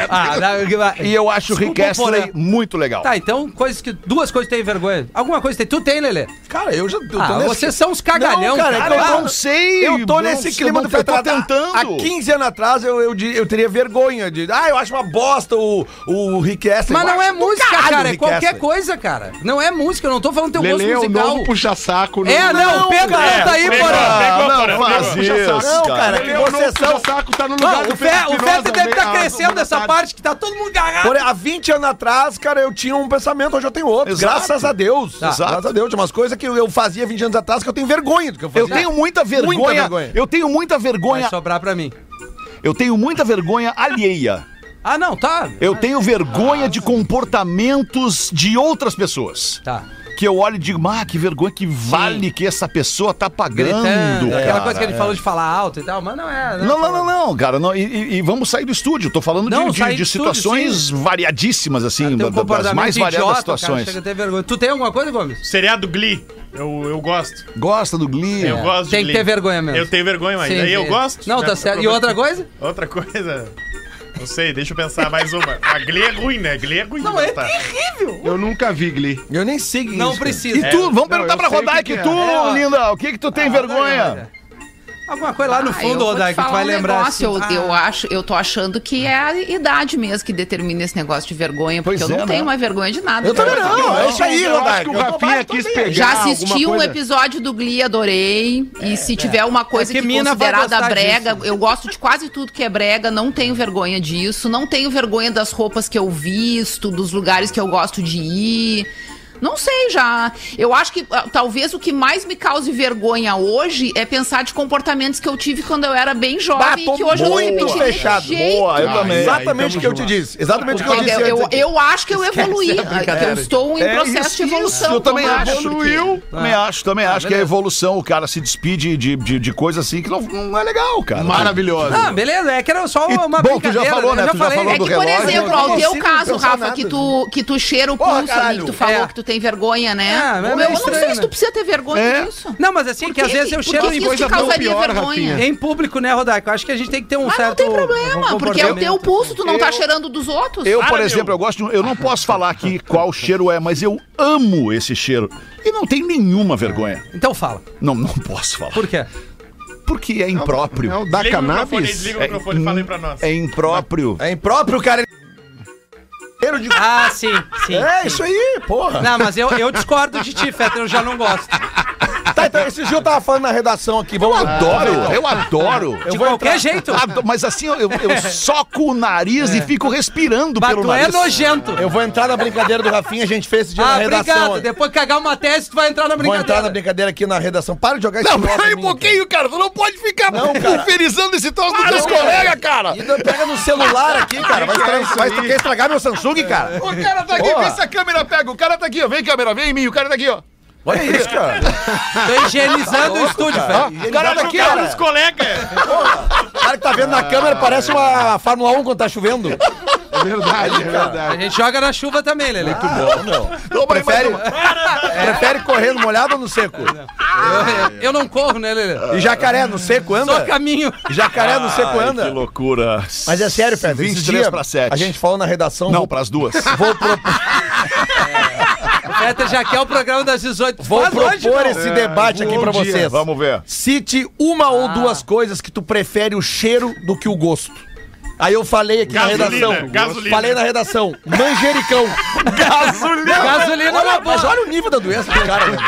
Ah, na-
E eu acho o Rick
Desculpa,
Astley
Porã.
muito legal.
Tá, então, coisas que, duas coisas que tem vergonha. Alguma coisa que tem. Tu tem, Lelê?
Cara, eu já. Eu
Ah, vocês são uns cagalhão,
Não, cara, é
cara.
eu
Ah,
tô-
não sei,
Eu tô
não
nesse
sei,
clima
eu
do Tá
tô
Fetter. Há-
tentando.
Ah, Há 15 anos atrás eu, eu, di- eu teria vergonha de. Ah, eu acho uma bosta o, o Rick Astley.
Mas
Eu
não é
acho do
música,
caralho o
cara. É
Rick
qualquer
Astley.
coisa, cara. Não é música. Eu não tô falando teu
Lele é
gosto
o
musical.
novo né? puxa-saco. no-
É, não, o Pedro não tá aí,
pegou,
porra.
pegou,
não,
porra,
faz
pegou.
isso,
Não, cara,
Lele
que
é o novo
vocês são.
puxa-saco, tá no lugar
Não,
do
o Fé- o
Espinosa,
Fetter deve
meia-
estar
ah,
crescendo nessa
vontade.
parte que tá todo mundo cagado.
Porém, há 20 anos atrás, cara, eu tinha um pensamento, hoje eu tenho outro.
Exato.
Graças a Deus.
Tá.
Graças a Deus. Tinha umas coisas que eu- eu fazia 20 anos atrás que eu tenho vergonha do que eu
Eu
fazia.
tenho muita vergonha,
vergonha.
Eu tenho muita
Vai
vergonha.
sobrar pra mim.
Eu tenho muita vergonha alheia.
Ah, não, tá.
Eu tenho vergonha de comportamentos de outras pessoas.
Tá.
Que eu olho e digo, ah, que vergonha, que vale que essa pessoa tá pagando.
Gritando, é aquela
cara." é.
coisa que ele falou de falar alto e tal, mas não é.
Não, não, não, não, cara. não, e, e- e vamos sair do estúdio. Tô falando de-
Não,
de,
sair
de
do estúdio,
situações variadíssimas, assim,
Tem
da-
um
da- das
comportamento
mais variadas
idiota,
situações.
Cara, chega a ter vergonha. Tu tem alguma coisa, Gomes?
Seriado Glee. Eu, eu gosto.
Gosta do Glee?
Eu gosto
Tem
de Glee.
que ter vergonha mesmo.
Eu tenho vergonha, mas
Sim,
aí eu
sim.
gosto.
Não,
né?
tá certo. E outra coisa?
Outra coisa. Não sei, deixa eu pensar mais uma. A Glee é ruim, né? Glee é ruim.
Não, é
Eu nunca vi Glee.
Eu nem sei que
Não
isso, cara.
precisa.
E tu, vamos
Não,
perguntar
eu
pra
sei o que
Rodaica.
que
E
é.
tu,
É, ó.
linda, o que que tu tem vergonha?
Alguma coisa lá no
Ah,
fundo,
eu vou te
Rodaica, que tu
falar
vai
um
lembrar.
negócio,
assim,
eu, eu
ah,
acho, eu tô achando que é a idade mesmo que determina esse negócio de vergonha, porque
Pois
eu
é,
não
né?
tenho mais vergonha de nada.
Eu
né?
também não,
Eu
é isso aí,
eu acho que
Rodaica.
o Rafinha quis pegar
Já
alguma
assisti um
coisa.
episódio do Glee, adorei. e se tiver uma coisa
É que
que,
mina vai
considerada
gostar
brega,
disso.
eu gosto de quase tudo que é brega, não tenho vergonha disso, não tenho vergonha das roupas que eu visto, dos lugares que eu gosto de ir. Não sei já. Eu acho que ah, talvez o que mais me cause vergonha hoje é pensar de comportamentos que eu tive quando eu era bem jovem e
Bato
que hoje eu não
muito
repetiria de
fechado.
jeito
Boa, eu
Ah,
também.
exato.
Exatamente o que eu te disse. Exatamente o que eu
Entendeu?
disse.
Tá, Eu,
antes aqui.
eu acho que eu evoluí.
a brincadeira.
Eu estou em
É
processo
isso,
de evolução. né,
isso. Eu também
como
acho. Evoluiu. Também acho, também acho que é
beleza.
evolução. O cara se despede de, de, de coisa assim que não, não é legal, cara.
Maravilhosa.
Ah, beleza, é que era só uma
bom, tu já
brincadeira.
falou, né?
Eu já
Tu já
falei. assim.
falou
É
do
que, por
relógio,
exemplo,
eu não
ao teu
consigo
caso,
pensar
Rafa,
nada.
que tu, que tu cheira o
Porra,
pulso ali,
caralho.
que tu falou
É.
que tu tem vergonha, né?
É, mas é
eu
meio
eu não
estranho,
sei se tu
né?
precisa ter vergonha
É.
disso.
Não, mas assim, que
Por
às vezes eu
Por
cheiro
que
em
isso
coisa
te
boa ou
causaria
pior,
vergonha?
Rafinha?
Em público, né, Rodaico? Eu acho que a gente tem que ter um
Mas não
certo. um
tem problema, porque é o teu
comportamento.
pulso, tu não tá cheirando dos outros.
Eu,
Para,
por
meu.
exemplo, eu gosto de, um- Eu não posso falar aqui qual cheiro é, mas eu amo esse cheiro. E não tem nenhuma vergonha.
Então fala.
Não, não posso falar.
Por quê?
Porque é impróprio.
É o da
Liga o microfone,
cannabis? É,
desliga o microfone, fala aí pra nós.
É impróprio.
É impróprio, cara. Cheiro de-
Ah, sim, sim.
É, isso aí, porra.
Não, mas eu, eu discordo de ti, Fetter, eu já não gosto.
Tá, então, esse dia eu tava falando na redação aqui. Vamos lá.
Adoro, eu adoro.
De qualquer jeito.
Ado- Mas assim, eu, eu soco o nariz e fico respirando
Mas
pelo
tu é
nariz.
nojento.
Eu vou entrar na brincadeira do Rafinha, a gente fez esse dia
Ah,
na redação.
obrigado. Depois que cagar uma tese, tu vai entrar na
Vou
brincadeira.
entrar na brincadeira aqui na redação. Para de jogar esse
Não,
troço
peraí
em
um
mim,
pouquinho, cara. Tu não pode ficar
Não, cara.
pulverizando esse troço dos teus
cara.
colegas, cara.
cara. E pega no celular aqui, cara. Vai, estragar, vai quer estragar meu Samsung, cara?
O cara tá aqui, vê se a câmera pega. O cara tá aqui, ó. Vem, câmera, vem em mim. O cara tá aqui, ó.
Olha isso, cara.
Tô higienizando o estúdio, velho.
Tá
O cara
no
daqui,
cara dos
ó.
colegas.
O cara que tá vendo na câmera parece uma Fórmula 1 quando tá chovendo.
É verdade, é
A
verdade.
gente joga na chuva também, Lele.
bom, meu.
Toma aí mais
Prefere,
uma.
prefere correr no molhado ou no seco?
Eu, eu- eu não corro, né, Lele?
E jacaré no seco
Só
anda?
caminho.
E jacaré no seco
Ai,
anda?
loucura.
Mas é sério, Pedro. esse
23
dia
pra 7.
A gente falou na redação.
Não,
vou-
pras duas.
Vou, propor,
O Fetter já quer o programa das 18.
vou
Faz hoje,
propor
não.
esse debate aqui
bom
pra
dia,
vocês.
Vamos ver.
Cite uma
Ah.
ou duas coisas que tu prefere o cheiro do que o gosto. Aí eu falei aqui na
Gasolina,
redação.
gasolina.
Falei na redação. Manjericão. gasolina.
Gasolina
olha,
na
mas
boa.
olha o nível da doença do cara, velho.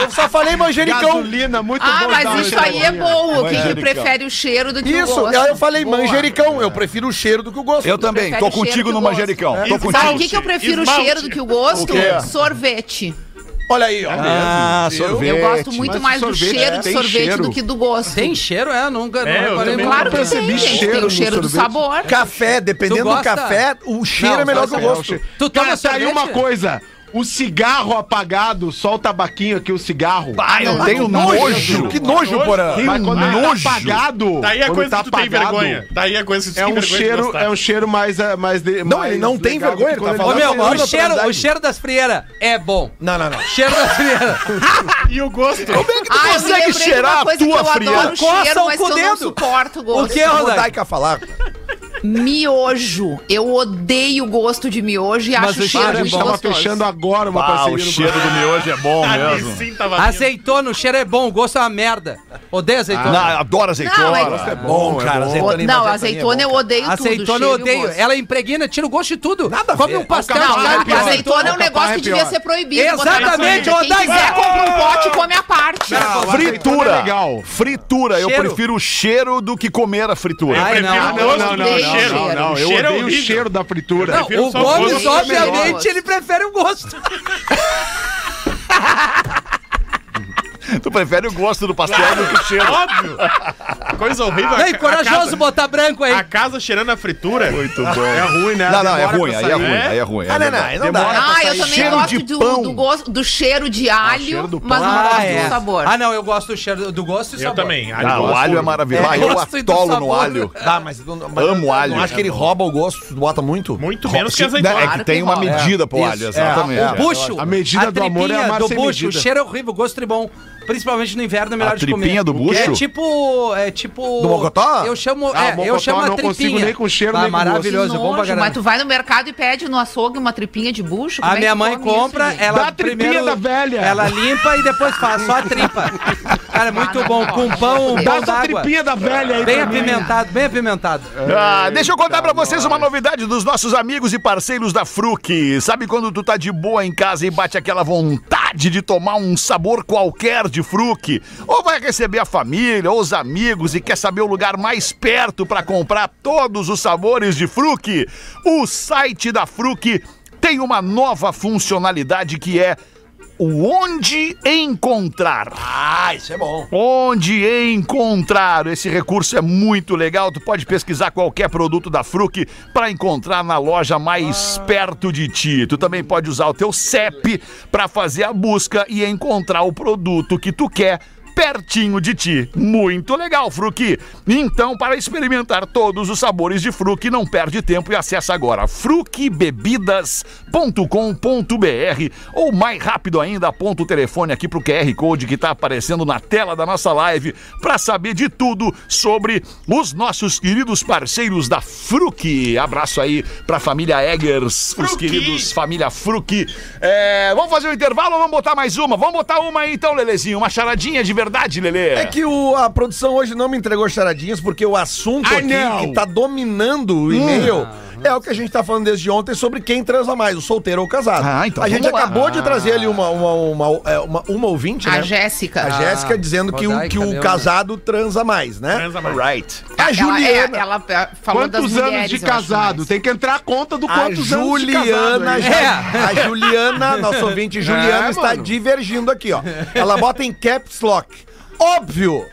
Eu só falei manjericão.
Gasolina, muito
Ah,
bom. tá,
mas isso aí é
Gasolina.
bom. O que, que
Evangélica.
prefere o cheiro do que o
Isso,
gosto?
aí eu falei
Boa.
manjericão. Eu prefiro o cheiro do que o gosto.
Eu também.
Prefere
Tô
o cheiro
contigo
que
no
o gosto.
manjericão. Tô contigo.
Sabe o que, que eu prefiro
Esmalte.
o cheiro do que o gosto?
O quê?
sorvete.
Olha aí, ó.
Ah, sorvete.
Eu gosto muito
mas
mais do
sorvete
cheiro de
tem
sorvete
cheiro.
do que do gosto.
Tem cheiro, é? Nunca.
É, eu
não reparei
também
muito.
Claro que
percebi
tem, gente.
cheiro
Tem
no
o cheiro do
sorvete.
sabor.
Café, dependendo
Tu
do
gosta?
café, o cheiro
Não,
é melhor que o
gosta,
gosto.
Tu toma
Cara, saiu
sorvete?
uma coisa. O cigarro apagado, só o tabaquinho aqui, o cigarro.
Ah, eu tenho nojo.
Que nojo, porã.
Tem um
Ah,
nojo.
tá
apagado.
Daí é
quando
coisa
tá
que tu tem
apagado,
vergonha. Daí é coisa que tu
É
tem
um
vergonha de
cheiro,
gostar.
é um cheiro mais ah, mais de,
Não, ele não tem vergonha, ele tá
Ô,
falando.
meu,
Não,
o
não,
cheiro,
não,
o cheiro das frieiras é bom.
Não, não, não.
Cheiro das frieiras.
E o gosto?
É
é
Ah, eu
consegue
lembrei de uma
cheirar a
coisa que
tua
eu
frieira?
adoro o
Coça
cheiro,
o
mas que eu não
dedo.
suporto o
O
gosto.
que, Rodaico?
Rodaica falar.
Miojo. Eu odeio o gosto de miojo e
Mas
acho
o
o
cheiro
cheiro
A gente tava
gostoso.
fechando agora uma
Ah,
parceria
o
no
cheiro do miojo é [laughs] bom mesmo.
Tá sim, tava
Ah,
vindo.
Azeitona, o cheiro é bom, o gosto é uma merda. Odeia azeitona?
Não, eu adoro
Não,
azeitona.
é-
Gosto é Ah, bom.
Ah, Bom, cara,
O-
azeitona e
Não,
maçã
azeitona
é
eu
bom,
odeio tudo.
Azeitona eu
cheiro e
odeio.
gosto.
Ela impregna, tira o gosto de tudo. Nada Come um pastel
Não,
de
a,
carne
a azeitona é um
Alcaparra
negócio
é
que
pior.
devia ser proibido.
Exatamente,
botar na
Rodaigo.
Quem quiser, compra um pote e come à parte.
cara.
Fritura.
Azeitona é legal.
Fritura. Eu
Cheiro.
prefiro o cheiro do que comer a fritura.
Ai,
prefiro
não.
o
Não,
gosto
não,
do
não, não,
que
Odeio
o cheiro.
não, não.
O
Eu
cheiro é
odeio o
horrível.
cheiro da fritura.
Não,
prefiro
o
só o
Gomes,
gosto.
obviamente,
Gosto.
ele prefere o gosto.
Tu prefere o gosto do pastel do que o cheiro.
Óbvio! Coisa horrível. a
Vem,
ca-
corajoso botar branco
A casa, a
aí.
casa cheirando a fritura.
Muito bom. É
ruim, né?
Não, não, é
Demora
ruim,
pra
aí é
sair.
ruim,
É?
aí é ruim.
Ah,
é
não, não,
verdade.
aí não dá.
Demora
Ah,
pra
eu
sair.
também
Cheiro
gosto
de
do,
pão.
do gosto, do cheiro de alho,
cheiro do
mas não gosto do sabor.
Ah, não, eu gosto do cheiro do gosto e
Eu
sabor.
também. Ah,
Ah, o alho é maravilhoso. Ah, eu
gosto e do
atolo no
sabor.
alho.
Tá, mas, não- mas
Amo alho.
Não acho que ele rouba o gosto, tu bota muito?
Muito menos que azeitona.
É que tem uma medida pro
Isso,
alho,
é.
exatamente.
O bucho.
A medida do amor é
tripinha
amar
do
sem
bucho. O
medida.
cheiro é horrível, o gosto é bom. Principalmente no inverno é melhor
A
de comer.
tripinha do bucho?
É tipo. É tipo.
Do mocotó?
Eu chamo.
Ah,
é, eu
mocotó
chamo a
não
tripinha.
consigo nem com cheiro, nem com gosto.
maravilhoso, é bom pra
Nojo, mas
caralho.
tu vai no mercado e pede no açougue uma tripinha de bucho? como
A
é
minha
que
mãe
come isso,
compra,
gente?
ela
Dá a tripinha
primeiro,
da velha.
Ela limpa e depois faz só a tripa. Cara, é muito
Ah, não,
bom.
não,
Com
não,
pão,
não,
um
não.
Dá
pão
essa
d'água.
tripinha da velha aí
Bem
pra mim. É.
apimentado, bem apimentado.
Ah, deixa eu contar pra vocês uma novidade dos nossos amigos e parceiros da Fruc. Sabe quando tu tá de boa em casa e bate aquela vontade de tomar um sabor qualquer de Fruc? Ou vai receber a família ou os amigos e quer saber o lugar mais perto pra comprar todos os sabores de Fruc? O site da Fruc tem uma nova funcionalidade que é o onde encontrar.
Ah, isso é bom.
Onde encontrar? Esse recurso é muito legal. Tu pode pesquisar qualquer produto da Fruc para encontrar na loja mais perto de ti. Tu também pode usar o teu CEP para fazer a busca e encontrar o produto que tu quer pertinho de ti. Muito legal, Fruc. Então, para experimentar todos os sabores de Fruc, não perde tempo e acessa agora frucbebidas.com.br ou mais rápido ainda, aponta o telefone aqui pro QR Code que tá aparecendo na tela da nossa live para saber de tudo sobre os nossos queridos parceiros da Fruc. Abraço aí pra família Eggers, os queridos família Fruc. É, vamos fazer um intervalo ou vamos botar mais uma? Vamos botar uma aí então, Lelezinho, uma charadinha de verdade, Lelê.
É que o- a produção hoje não me entregou charadinhas, porque o assunto
I
aqui
know.
que tá dominando o e-mail é o que a gente tá falando desde ontem sobre quem transa mais, o solteiro ou o casado.
Ah, então
a gente
vamos lá.
acabou de trazer ali uma, uma, uma, é, uma, uma ouvinte,
A
né?
Jéssica.
A Jéssica dizendo que o,
Rodaica
que o
mesmo.
casado transa mais, né?
Transa mais.
Right.
A
Ela,
Juliana.
é- ela é- falou das
Quantos
mulheres,
anos de
eu acho
casado?
mais.
Tem que entrar a conta do
A
quantos anos de casado.
Juliana,
aí.
gente.
já- a Juliana, nossa ouvinte Juliana,
[laughs] É,
está
mano.
divergindo aqui, ó. Ela bota em caps lock. Óbvio!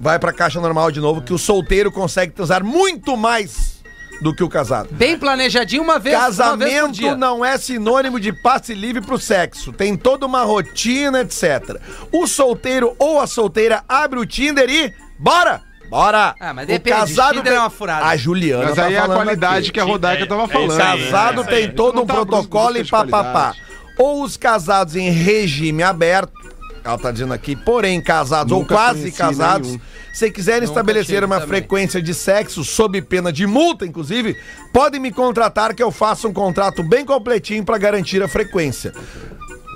Vai pra caixa normal de novo, que o solteiro consegue transar muito mais do que o casado.
Bem planejadinho uma vez, uma vez por
Casamento
dia.
não é sinônimo de passe livre pro sexo. Tem toda uma rotina, etc. O solteiro ou a solteira abre o Tinder e. Bora! Bora!
Ah, mas
O
depende,
casado
Tinder
tem-
é uma furada.
A Juliana
Mas
tá
aí é a
falando
qualidade
aqui.
que a Rodaica
É,
tava
é isso
falando.
aí,
Casado
é,
tem
é.
todo
Não
um
tá
protocolo
busca
e
de
papapá.
qualidade.
Ou os casados em regime aberto, ela tá dizendo aqui, porém casados
Nunca
ou quase
conheci
casados,
nenhum.
se quiserem estabelecer
tive
uma
também.
frequência de sexo sob pena de multa, inclusive, podem me contratar que eu faça um contrato bem completinho pra garantir a frequência.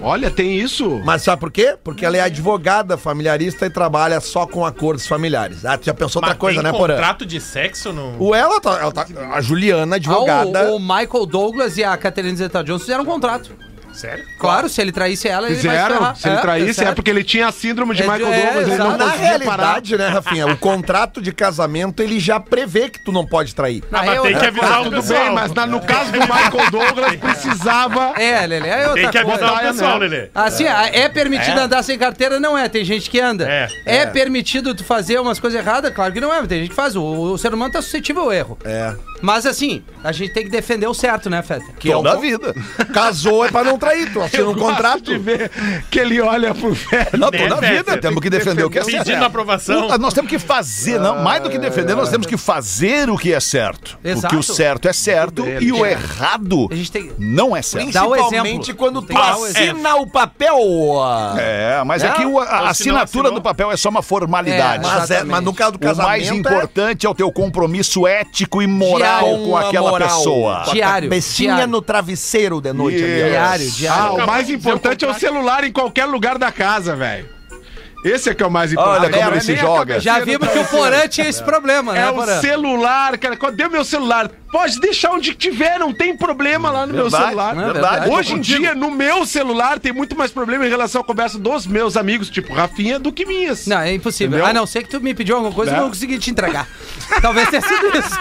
Olha, tem isso.
Mas sabe por quê? Porque ela é advogada familiarista e trabalha só com acordos familiares. Ah, tu já pensou outra
Mas
coisa,
tem
né, Porã?
contrato de sexo no...
O ela tá, ela tá- a
Ah,
Juliana, advogada.
O, o Michael Douglas e a Catherine Zeta-Jones fizeram um contrato.
Sério?
Claro, se ele traísse ela, ele vai
Fizeram.
ferrar.
Se ele
É,
traísse, é
certo.
porque ele tinha a síndrome de
É,
Michael
é,
Douglas. Ele
exato.
não
Na
conseguia parar.
realidade, né, Rafinha, o contrato de casamento ele já prevê que tu não pode trair.
Não,
Ah, mas
eu-
tem que avisar o
Tudo
pessoal.
bem, mas na- no caso do Michael Douglas, precisava...
É, Lelê, é outra
Tem que
coisa.
avisar o pessoal,
né?
Lelê.
Assim, é, é permitido andar sem carteira? Não é, tem gente que anda.
É.
É, permitido tu fazer umas coisas erradas? Claro que não é, mas tem gente que faz. O, o ser humano tá suscetível ao erro.
É.
Mas assim, a gente tem que defender o certo, né, Feta?
Que é o... vida. Casou é pra não trair, tu assina um
gosto
contrato.
de ver que ele olha pro velho.
Não,
Né,
toda
Peter?
vida temos que defender o que é certo.
Pedindo aprovação.
Puta, nós temos que fazer, não, mais do que defender, nós temos que fazer o que é certo.
Exato.
Porque o certo é certo e o errado
A gente tem que
não é certo.
Dá o
Principalmente
exemplo.
quando
Tem
tu
que dar o
assina o papel.
É, mas é,
Não,
que o- a- a
não
assinatura
assinou.
do papel é só uma formalidade.
É,
Mas, é, mas no caso do
o
casamento.
mais importante é o teu compromisso ético e moral
Diário.
com aquela pessoa.
Diário.
Bestinha
diário.
no travesseiro de noite. ali, ó.
Yes.
Diário,
Ah,
diário.
o mais importante é o celular em qualquer lugar da casa, velho. Esse é que é o mais importante.
Olha como
Não é
ele se
nem a
joga.
cabeceira
Já
do
vimos que o
travesseiro.
Porã tinha esse problema, né,
É o
Porã?
celular, cara. Cadê o meu celular? Pode deixar onde tiver, não tem problema lá no meu celular.
é verdade.
Hoje em dia, no meu celular, tem muito mais problema em relação à conversa dos meus amigos, tipo Rafinha, do que minhas.
Não, é impossível.
Entendeu?
A não ser que tu me pediu alguma coisa, eu [laughs]
Né? Tá.
não consegui te entregar. Talvez tenha sido isso.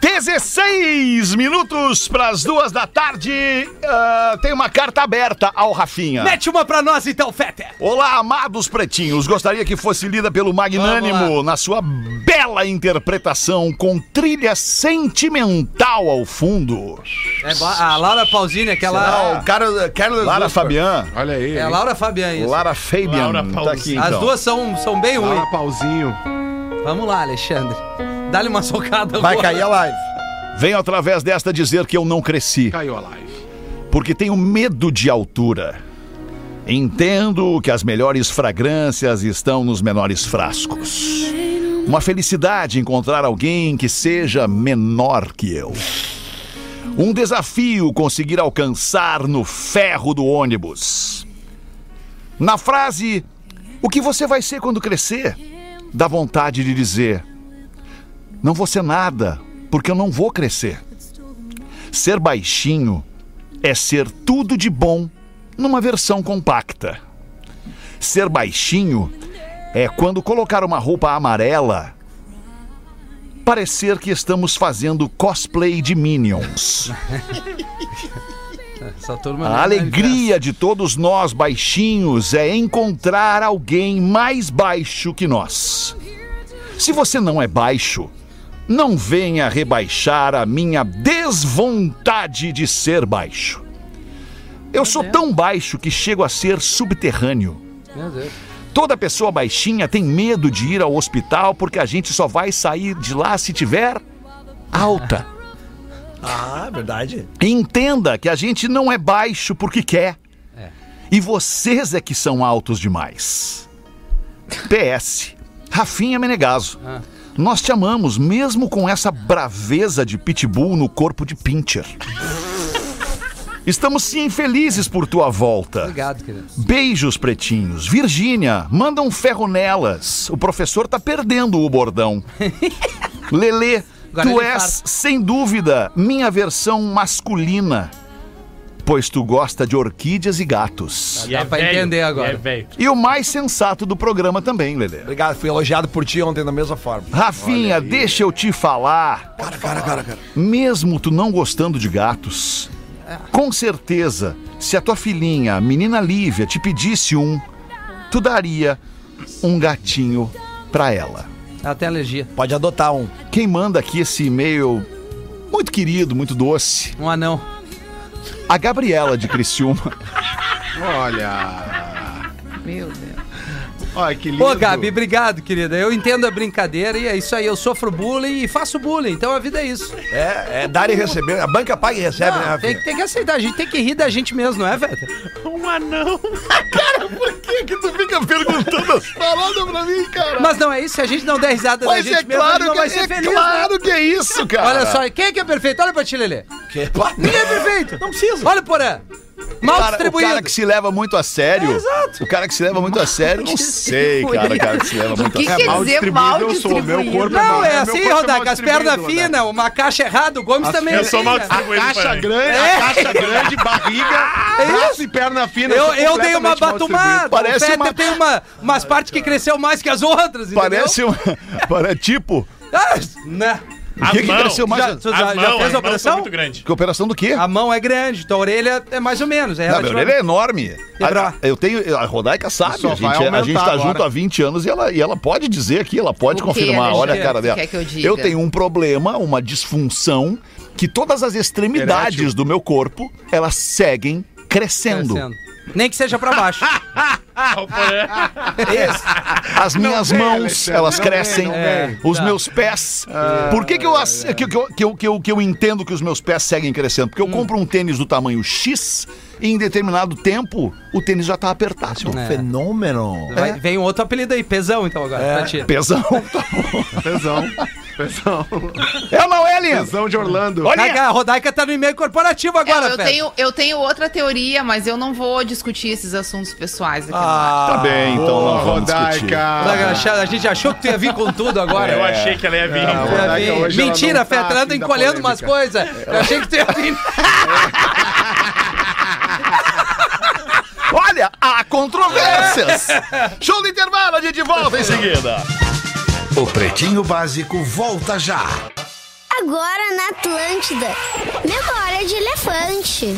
16 minutos para as duas da tarde. Ah, tem uma carta aberta ao Rafinha.
Mete uma pra nós então, Fete.
Olá, amados pretinhos. Gostaria que fosse lida pelo Magnânimo na sua bela interpretação com trilha sentimental ao fundo.
É bo- a Laura Pausini,
Ah,
aquela.
o cara. Carlos
Lara
Whisper.
Fabian.
Olha aí.
É a Laura Fabian, isso.
Lara Fabian.
Laura
tá
Pausini.
aqui,
As
então.
duas são, são bem ruins.
Fala, pauzinho.
Vamos lá, Alexandre. Dá-lhe uma socada
Vai
agora.
cair a live.
Venho através desta dizer que eu não cresci.
Caiu a live.
porque tenho medo de altura. Entendo que as melhores fragrâncias estão nos menores frascos. Uma felicidade encontrar alguém que seja menor que eu. Um desafio conseguir alcançar no ferro do ônibus. Na frase, o que você vai ser quando crescer? Dá vontade de dizer, não vou ser nada, porque eu não vou crescer. Ser baixinho é ser tudo de bom numa versão compacta. Ser baixinho é quando colocar uma roupa amarela parecer que estamos fazendo cosplay de Minions.
Essa turma não
A
é
alegria de todos nós baixinhos é encontrar alguém mais baixo que nós. Se você não é baixo, não venha rebaixar a minha desvontade de ser baixo. Eu sou tão baixo que chego a ser subterrâneo.
Meu Deus.
Toda pessoa baixinha tem medo de ir ao hospital porque a gente só vai sair de lá se tiver alta.
Ah, verdade.
Entenda que a gente não é baixo porque quer. E vocês é que são altos demais. PS. Rafinha Menegaso. Nós te amamos, mesmo com essa braveza de pitbull no corpo de pincher. Estamos sim felizes por tua volta.
Obrigado, querido.
Beijos, pretinhos. Virgínia, manda um ferro nelas. O professor tá perdendo o
[laughs]
bordão. Lelê,
Agora
tu
ele
és,
fala.
sem dúvida, minha versão masculina. Pois tu gosta de orquídeas e gatos.
Dá pra entender agora.
É velho.
E o mais sensato do programa também, Lelê.
Obrigado, fui elogiado por ti ontem da mesma forma.
Rafinha, deixa eu te falar.
Cara, cara, cara, cara.
Mesmo tu não gostando de gatos, com certeza, se a tua filhinha, a menina Lívia, te pedisse um, tu daria um gatinho pra ela.
Ela tem alergia.
Pode adotar um.
Quem manda aqui esse e-mail muito querido, muito doce,
Um anão.
a Gabriela de Criciúma.
Olha.
Meu Deus.
Olha que lindo.
Ô, Gabi, obrigado, querida. Eu entendo a brincadeira e é isso aí. Eu sofro bullying e faço bullying, então a vida é isso.
É, é dar e receber. A banca paga e recebe, né,
Não, tem,
Rafinha?
que- tem que aceitar, a gente tem que rir da gente mesmo, não é, Veta?
Um
[laughs]
anão.
Mas não é isso, se a gente não der risada da gente mesmo, a gente não vai ser feliz. né?
que é isso, cara.
Olha só, quem é que é perfeito? Olha pra ti, Lelê.
Que- Pá,
Ninguém é perfeito. Não precisa. Olha, Porã. Mal
Cara, o
distribuído.
cara que se leva muito a sério. O cara que se leva muito a sério, não sei, cara. O cara que se leva
O
muito a
que
sério.
quer
mal
dizer
distribuído
mal
eu sou, meu
distribuído?
corpo é
Não, é
Meu
assim,
corpo é mal
Rodak, as
distribuído,
pernas
Rodak.
finas, uma caixa errada, o Gomes também.
Eu
tem,
sou mal
né?
distribuído.
Caixa
pra mim.
grande,
É.
a caixa grande, barriga, braço e perna fina.
Eu,
sou
eu dei uma
completamente mal
batumada.
Parece
o Peter
uma-
tem uma, umas partes que cresceu mais que as outras, entendeu?
Parece um. Para, tipo,
Ah, né?
A
o que, que
mão.
cresceu mais?
Já- tu
A
já,
mão, a
já fez a
mão foi
operação?
muito grande.
Que operação do quê?
A mão é grande, tua orelha é mais ou menos. É
Não, meu orelha é
relativamente-
enorme.
Quebrar.
A- eu tenho. A Rodaica sabe,
Só
a
vai
gente, é- a
aumentar
gente tá
agora.
junto há 20 anos e ela, e ela pode dizer aqui, ela pode
O quê,
confirmar.
Alexandre?
Olha a cara dela.
Quer que eu diga?
eu tenho um problema, uma disfunção, que todas as extremidades
Fértil.
do meu corpo, elas seguem crescendo.
Crescendo. Nem que seja pra baixo.
As minhas
vem,
mãos,
Alexandre,
elas
não vem, Ah,
crescem. É.
não
vem.
Os
Tá.
meus pés. Por que, que, eu, ass- que, que eu- que eu, que, eu, que eu entendo que os meus pés seguem crescendo? Porque eu
Hum.
compro um tênis do tamanho X e em determinado tempo o tênis já tá apertado.
É.
Fenômeno.
Vai- Vem um outro apelido aí, pesão então agora. pra ti.
[laughs]
Pesão, tá bom.
Pesão. Pesão.
É ou não é, Linha?
Pesão de Orlando.
Olha-
Rodaica, a Rodaica tá no e-mail corporativo agora,
É, Eu, eu,
Fé.
tenho, eu tenho outra teoria, mas eu não vou discutir esses assuntos pessoais aqui.
Tá bem, então
Boa,
não vamos discutir.
Rodaica,
Rodaica.
A gente achou que tu ia vir com tudo agora.
É, Eu achei que ela ia vir.
Tu ia vir.
Rodaica, hoje ela
Mentira,
não
Fé,
tá
tu anda
afim da
encolhendo umas
polêmica.
coisas. Eu achei que tu ia vir.
Olha, há controvérsias.
É.
Show do intervalo, a gente volta em seguida.
O Pretinho Básico volta já.
agora na Atlântida. Memória de elefante.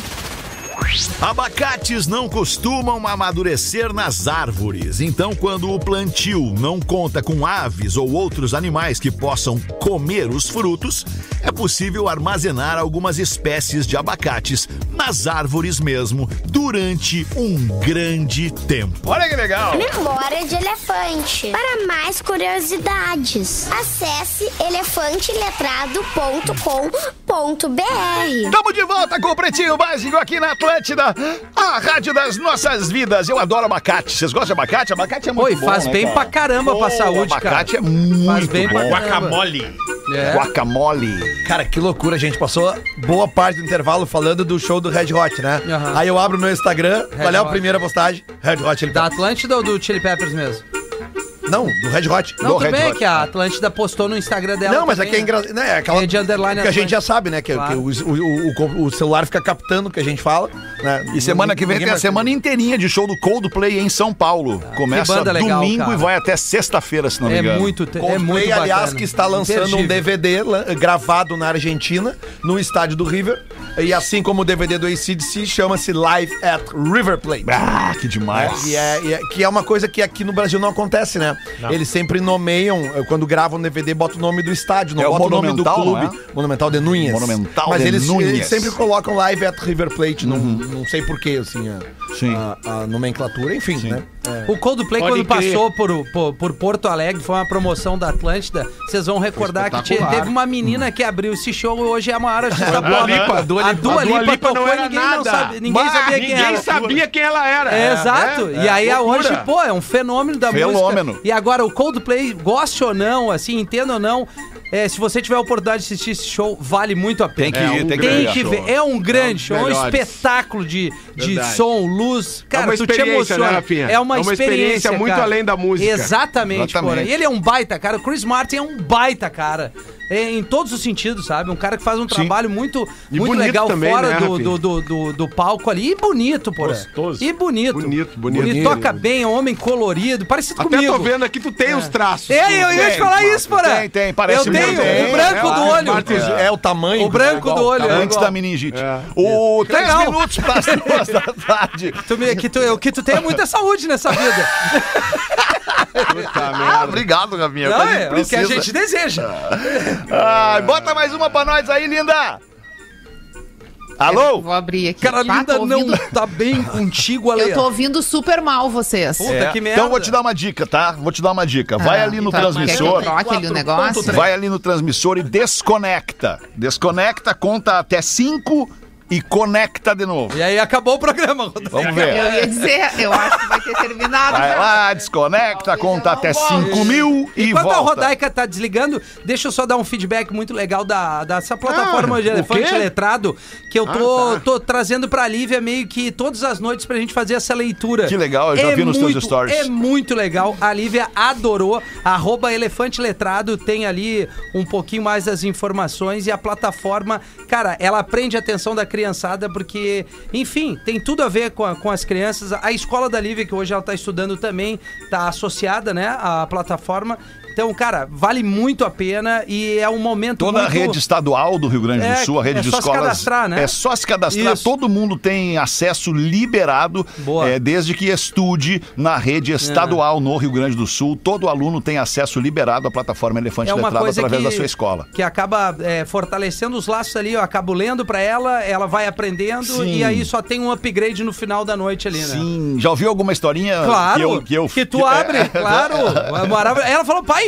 Abacates não costumam amadurecer nas árvores, então, quando o plantio não conta com aves ou outros animais que possam comer os frutos, é possível armazenar algumas espécies de abacates nas árvores mesmo durante um grande tempo. Olha que legal!
Memória de elefante. Para mais curiosidades, acesse elefanteletrado.com.br.
Estamos de volta com o Pretinho Básico aqui na Atlântida, a rádio das nossas vidas. Eu adoro abacate. Vocês gostam de abacate? Abacate é muito
Oi,
bom,
faz
né,
bem
cara?
pra caramba pra
Pô,
saúde, cara.
abacate é muito
Faz bem
bom.
pra caramba.
Guacamole.
É.
Guacamole.
Cara, que loucura, gente. Passou boa parte do intervalo falando do show do Red Hot, né?
Aham.
Aí eu abro meu Instagram, qual é a
Hot.
primeira postagem? Red Hot, ele tá-
Da Atlântida ou do Chili Peppers mesmo?
Não, do Red Hot.
Não,
Do
tudo
Red
bem
Hot.
que a Atlântida postou no Instagram dela.
Não, mas
também,
aqui é
né?
engraçado. Né? É aquela
É de underline
que a gente
Atlântico.
já sabe, né? Que,
Claro.
que o, o- o- o celular fica captando o que a gente fala. né?
E semana que vem
Ninguém
tem a
marca.
semana inteirinha de show do Coldplay em São Paulo. Começa
banda legal,
domingo
cara.
e vai até sexta-feira, se não me
É
engano.
muito, te- é
Coldplay,
muito bacana.
aliás, que está lançando um
Imperdível.
DVD la- gravado na Argentina, no estádio do River. E assim como o DVD do ACDC, chama-se Live at River Plate.
Ah, que demais.
E é, e é- que é uma coisa que aqui no Brasil não acontece, né? Eles sempre nomeiam, eh, quando gravam DVD, bota o nome do estádio, não
É o
bota o nome do
Monumental,
clube.
não é?
Monumental de Núñez.
Monumental
Mas
de
eles,
Núñez. Uhum.
eles sempre colocam live at River Plate, não, não sei porquê, assim, a,
Sim.
a- a nomenclatura, enfim, né?
O Coldplay,
Pode
quando
crer.
passou por, por, por Porto Alegre, foi uma promoção da Atlântida. Vocês vão recordar que tinha- teve uma menina que abriu esse show e hoje é a maior artista
[laughs]
da
Dua
bola.
Lipa, Dua
A
Lipa.
Dua
A Dua
Lipa
Lipa não
tocou e
era
ninguém, não
nada.
sabe, ninguém
Bah,
sabia quem
ninguém
era.
sabia quem ela era.
É,
É,
exato.
é,
e
é.
aí a
Loucura.
hoje, pô, é um fenômeno da
Fenômeno.
música. E agora, o Coldplay, goste ou não, assim, entenda ou não, é, se você tiver a oportunidade de assistir esse show, vale muito a pena.
Tem
É
que ir, tem que
Tem
ver.
que ver. É um grande show, é um
um melhores.
espetáculo de, de
Verdade.
som, luz. Cara,
É uma
tu te
experiência,
emociona.
né, Rafinha?
É uma
É uma experiência muito
cara.
além da música.
Exatamente,
Exatamente.
porra. E ele é um baita, cara. O Chris Martin é um baita, cara. É, em todos os sentidos, sabe? Um cara que faz um trabalho muito,
E
muito
bonito
legal
também,
fora
né,
do,
Rafinha?
do, do, do- do palco ali. E bonito, porra.
Gostoso.
E bonito.
Bonito, bonito.
Ele toca bem, é um homem colorido, parecido
Até
comigo. É.
tô vendo aqui, tu tem os traços.
Ei, eu ia te falar isso, porra.
Tem, tem, parece
Eu
muito.
tenho
Tem,
o branco
é,
do
o
olho.
Martin
É.
É, o tamanho.
O branco
igual, tá
do olho. é
Tá Antes
igual.
da meningite. O três
Legal.
minutos para as duas da
[laughs]
tarde.
Tu, me- que, tu, que tu tenha muita saúde nessa vida.
Ah, obrigado, Gavinha.
Tá Não, é o que a gente deseja.
Ai, bota mais uma pra nós aí, linda! Alô?
Vou abrir aqui.
Ah, Cara,
Bah, tô
linda não
ouvindo-
[laughs] tá bem contigo, Ale.
Eu tô ouvindo super mal vocês.
Puta que merda.
Então vou te dar uma dica, tá? Vou te dar uma dica. Vai
É Ah,
ali no
então,
transmissor.
Quer que eu troque ali o negócio?
Vai ali no transmissor e desconecta. Desconecta, conta até 5 e conecta de novo.
E aí acabou o programa. Rodolfo.
Vamos ver.
Eu ia dizer, eu acho que vai ter terminado. né?
Vai
já.
lá, desconecta, conta até 5 mil e
Enquanto a
volta.
Rodaica tá desligando, deixa eu só dar um feedback muito legal da, dessa
Ah,
plataforma de
o
elefante
quê?
letrado, que eu tô,
tá.
tô trazendo pra Lívia meio que todas as noites pra gente fazer essa leitura.
Que legal, eu já vi nos teus
muito,
stories.
É muito legal, a Lívia adorou, arroba elefante letrado, tem ali um pouquinho mais das informações e a plataforma, cara, ela prende a atenção da criançada porque, enfim, tem tudo a ver com, a- com as crianças. A escola da Lívia, que hoje ela tá estudando também, tá associada, né, à plataforma. Então, cara, vale muito a pena e é um momento
Toda a
muito...
rede estadual do Rio Grande do
É,
Sul, a rede
é
de
só se
escolas.
cadastrar, né?
É só se cadastrar,
Isso.
todo mundo tem acesso liberado,
Boa. É.
é, desde que estude na rede estadual no Rio Grande do Sul. Todo aluno tem acesso liberado à plataforma Elefante
é uma
Letrado
coisa
através
que,
da sua escola.
que acaba é, fortalecendo os laços ali, eu acabo lendo pra ela, ela vai aprendendo
Sim.
e aí só tem um upgrade no final da noite ali, né?
Sim, já ouviu alguma historinha
Claro,
que eu que, eu, [laughs]
tu abre, claro. É maravilhoso. Ela falou, pai,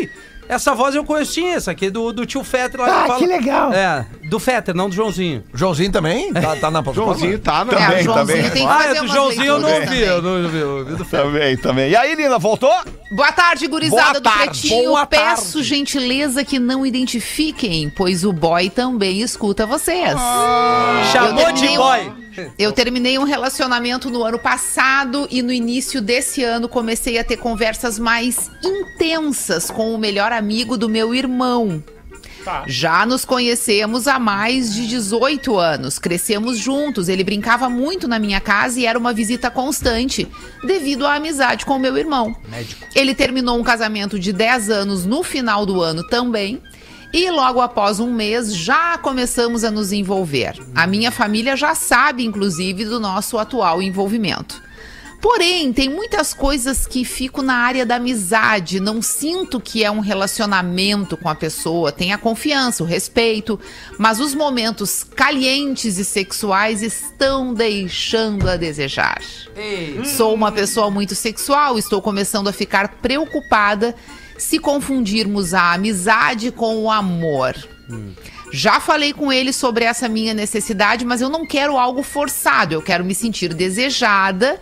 essa voz eu conheço, sim, essa aqui é do, do tio Fetter. lá
Ah,
fala-
que legal.
É, do Fetter, não do Joãozinho.
O
[laughs]
Joãozinho também? Tá, tá na
Ah,
plataforma?
Joãozinho tá,
É,
né?
Também,
o Joãozinho
também.
tem que
Ah,
fazer
é do
umas
Joãozinho eu não
leituras
ouvi, eu
também.
não ouvi, eu ouvi do Fetter.
[laughs] Também, também. E aí, Lina, voltou?
Boa tarde, gurizada
Boa
do
tarde.
Pretinho.
Boa
Peço
tarde.
gentileza que não identifiquem, pois o boy também escuta vocês.
Chamou de
terminei [laughs]
boy.
Eu terminei um relacionamento no ano passado e no início desse ano comecei a ter conversas mais intensas com o melhor amigo do meu irmão. Já nos conhecemos há mais de 18 anos, crescemos juntos. Ele brincava muito na minha casa e era uma visita constante, devido à amizade com o meu irmão. Ele terminou um casamento de 10 anos no final do ano também. E logo após um mês, já começamos a nos envolver. A minha família já sabe, inclusive, do nosso atual envolvimento. Porém, tem muitas coisas que fico na área da amizade, não sinto que é um relacionamento com a pessoa, tem a confiança, o respeito, mas os momentos calientes e sexuais estão deixando a desejar. Sou uma pessoa muito sexual, estou começando a ficar preocupada se confundirmos a amizade com o amor. Já falei com ele sobre essa minha necessidade, mas eu não quero algo forçado, eu quero me sentir desejada.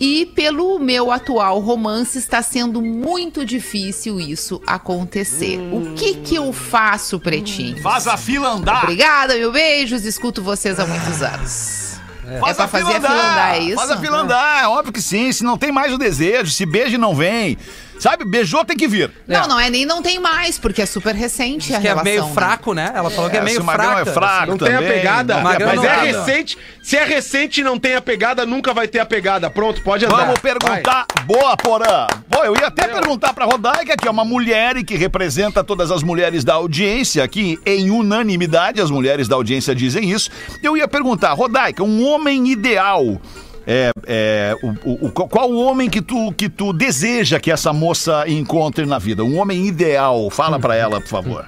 E pelo meu atual romance, está sendo muito difícil isso acontecer. O que que eu faço, Pretinho?
Faz a fila andar.
Obrigada, mil beijos. Escuto vocês há muitos anos.
Faz
pra fazer a fila andar, é isso?
Faz a fila andar, é óbvio que sim. Se não tem mais o desejo, se beija e não vem. Sabe, beijou tem que vir.
Não, não é nem não tem mais, porque é super recente a
Que é
relação.
meio
né?
fraco, né? Ela falou que é
se
meio
o magrão
fraco.
é fraco
Não
também.
tem a pegada.
não tem.
mas é
Magrão não.
recente. Se é recente e não tem a pegada, nunca vai ter a pegada. Pronto, pode andar.
Vamos perguntar. Boa, Porã. Boa, eu ia até perguntar pra Rodaica, que é uma mulher e que representa todas as mulheres da audiência, que em unanimidade as mulheres da audiência dizem isso. Eu ia perguntar, Rodaica, um homem ideal. É, é, o, o- o- qual o homem que tu, que tu deseja que essa moça encontre na vida? Um homem ideal. Fala pra ela, por favor.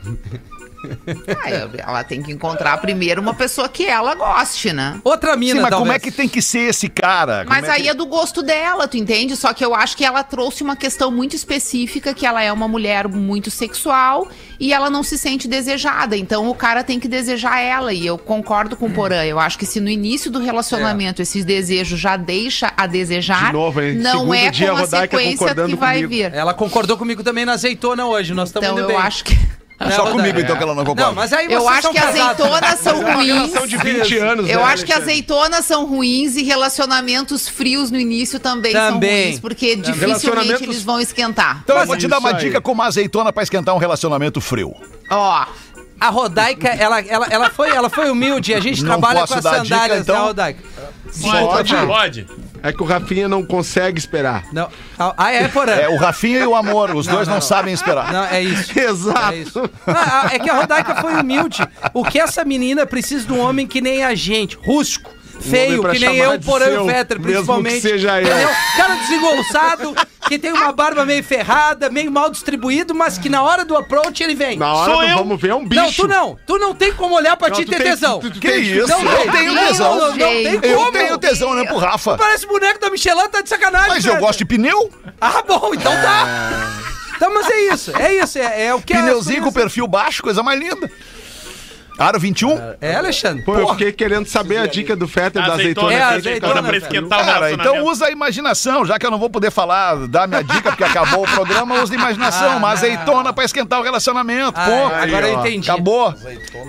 Ah, eu- ela tem que encontrar primeiro uma pessoa que ela goste, né?
Outra mina,
Sim, mas como
talvez.
é que tem que ser esse cara? Como
Mas
é que-
aí é do gosto dela, tu entende? Só que eu acho que ela trouxe uma questão muito específica, que ela é uma mulher muito sexual e ela não se sente desejada. Então o cara tem que desejar ela. E eu concordo
Hum.
com o Porã. Eu acho que se no início do relacionamento esse desejo já deixa a desejar,
É. De novo, hein?
não
Segundo
é
dia,
com a
Rodaica tá
sequência
concordando
que vai
comigo.
vir.
Ela concordou comigo também na azeitona hoje, nós estamos
Então
É, indo bem.
eu acho que.
Né,
Só
Rodaica?
comigo, então, que ela não concorda.
Não, mas aí
Eu
vocês
acho
são
que
casados. né?
azeitonas são ruins.
São de 20 anos,
Eu
né,
acho que
Alexandre?
azeitonas são ruins e relacionamentos frios no início também,
Também.
são ruins, porque dificilmente
Relacionamentos-
eles vão esquentar.
Então eu
é
vou te dar
Isso
uma
aí.
dica como azeitona pra esquentar um relacionamento frio.
Ó,
A Rodaica, ela, ela, ela, foi, ela foi humilde. A gente
Não
trabalha
posso
com as
dar dica,
sandálias,
então?
né, Rodaica?
Pode, pode.
É que o Rafinha não consegue esperar.
Não. Ah, é, Porã?
É o Rafinha e o amor, os dois não,
não.
sabem esperar.
Não, é isso.
Exato.
É, isso. Ah, ah, é que a Rodaica foi humilde. O que essa menina precisa de um homem que nem a gente, rusco. Feio,
pra
que nem
chamar
eu,
de
porém
seu,
o Fetter,
mesmo
principalmente.
que seja eu.
Entendeu? Cara desengolçado, que tem uma barba meio ferrada, meio mal distribuído, mas que na hora do approach ele vem.
Na hora
Sou
do
eu.
vamos ver é um bicho.
Não, tu não. Tu não tem como olhar pra
Não,
ti
tu
ter
tem-
tesão.
tu- tu
Que
tem-
isso?
Não,
eu
não,
tenho
não,
tesão.
não, não tem
gente.
eu
como.
tenho tesão, né, pro Rafa.
Parece boneco da Michelin, tá de sacanagem.
Mas eu
Fetter.
gosto de pneu.
Ah, bom, então tá. Então, mas é isso, é isso, é, é o que é.
Pneuzinho com perfil baixo, coisa mais linda. Aro 21.
É, Alexandre.
Pô, eu fiquei querendo saber a dica do Fetter da azeitona. né?
É,
É,
azeitona,
azeitona pra
velho.
esquentar o
Cara,
relacionamento.
então usa a imaginação, já que eu não vou poder falar, dar minha dica, porque acabou o programa, usa a imaginação,
Ah,
uma
não.
azeitona pra esquentar o relacionamento.
Ah,
Pô,
agora eu entendi.
Acabou.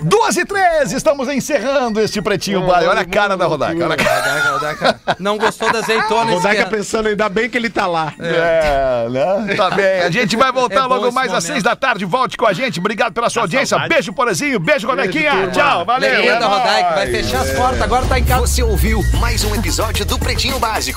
12 e 13, estamos encerrando este pretinho Básico. Olha a cara da Rodaica. Olha a cara.
Rodaica, Rodaica. Não gostou da azeitona
Rodaica
esquerda.
tá pensando, ainda bem que ele tá lá.
É, né? Tá bem. A gente vai voltar
É bom
logo
esse
mais às
momento.
seis da tarde. Volte com a gente. Obrigado pela sua audiência.
saudade.
Beijo, Porazinho. Beijo, Rodequinha.
turma.
Tchau, valeu.
Leia da
É nóis.
Rodaica, vai fechar as portas, agora tá em casa.
Você ouviu mais um episódio do Pretinho Básico.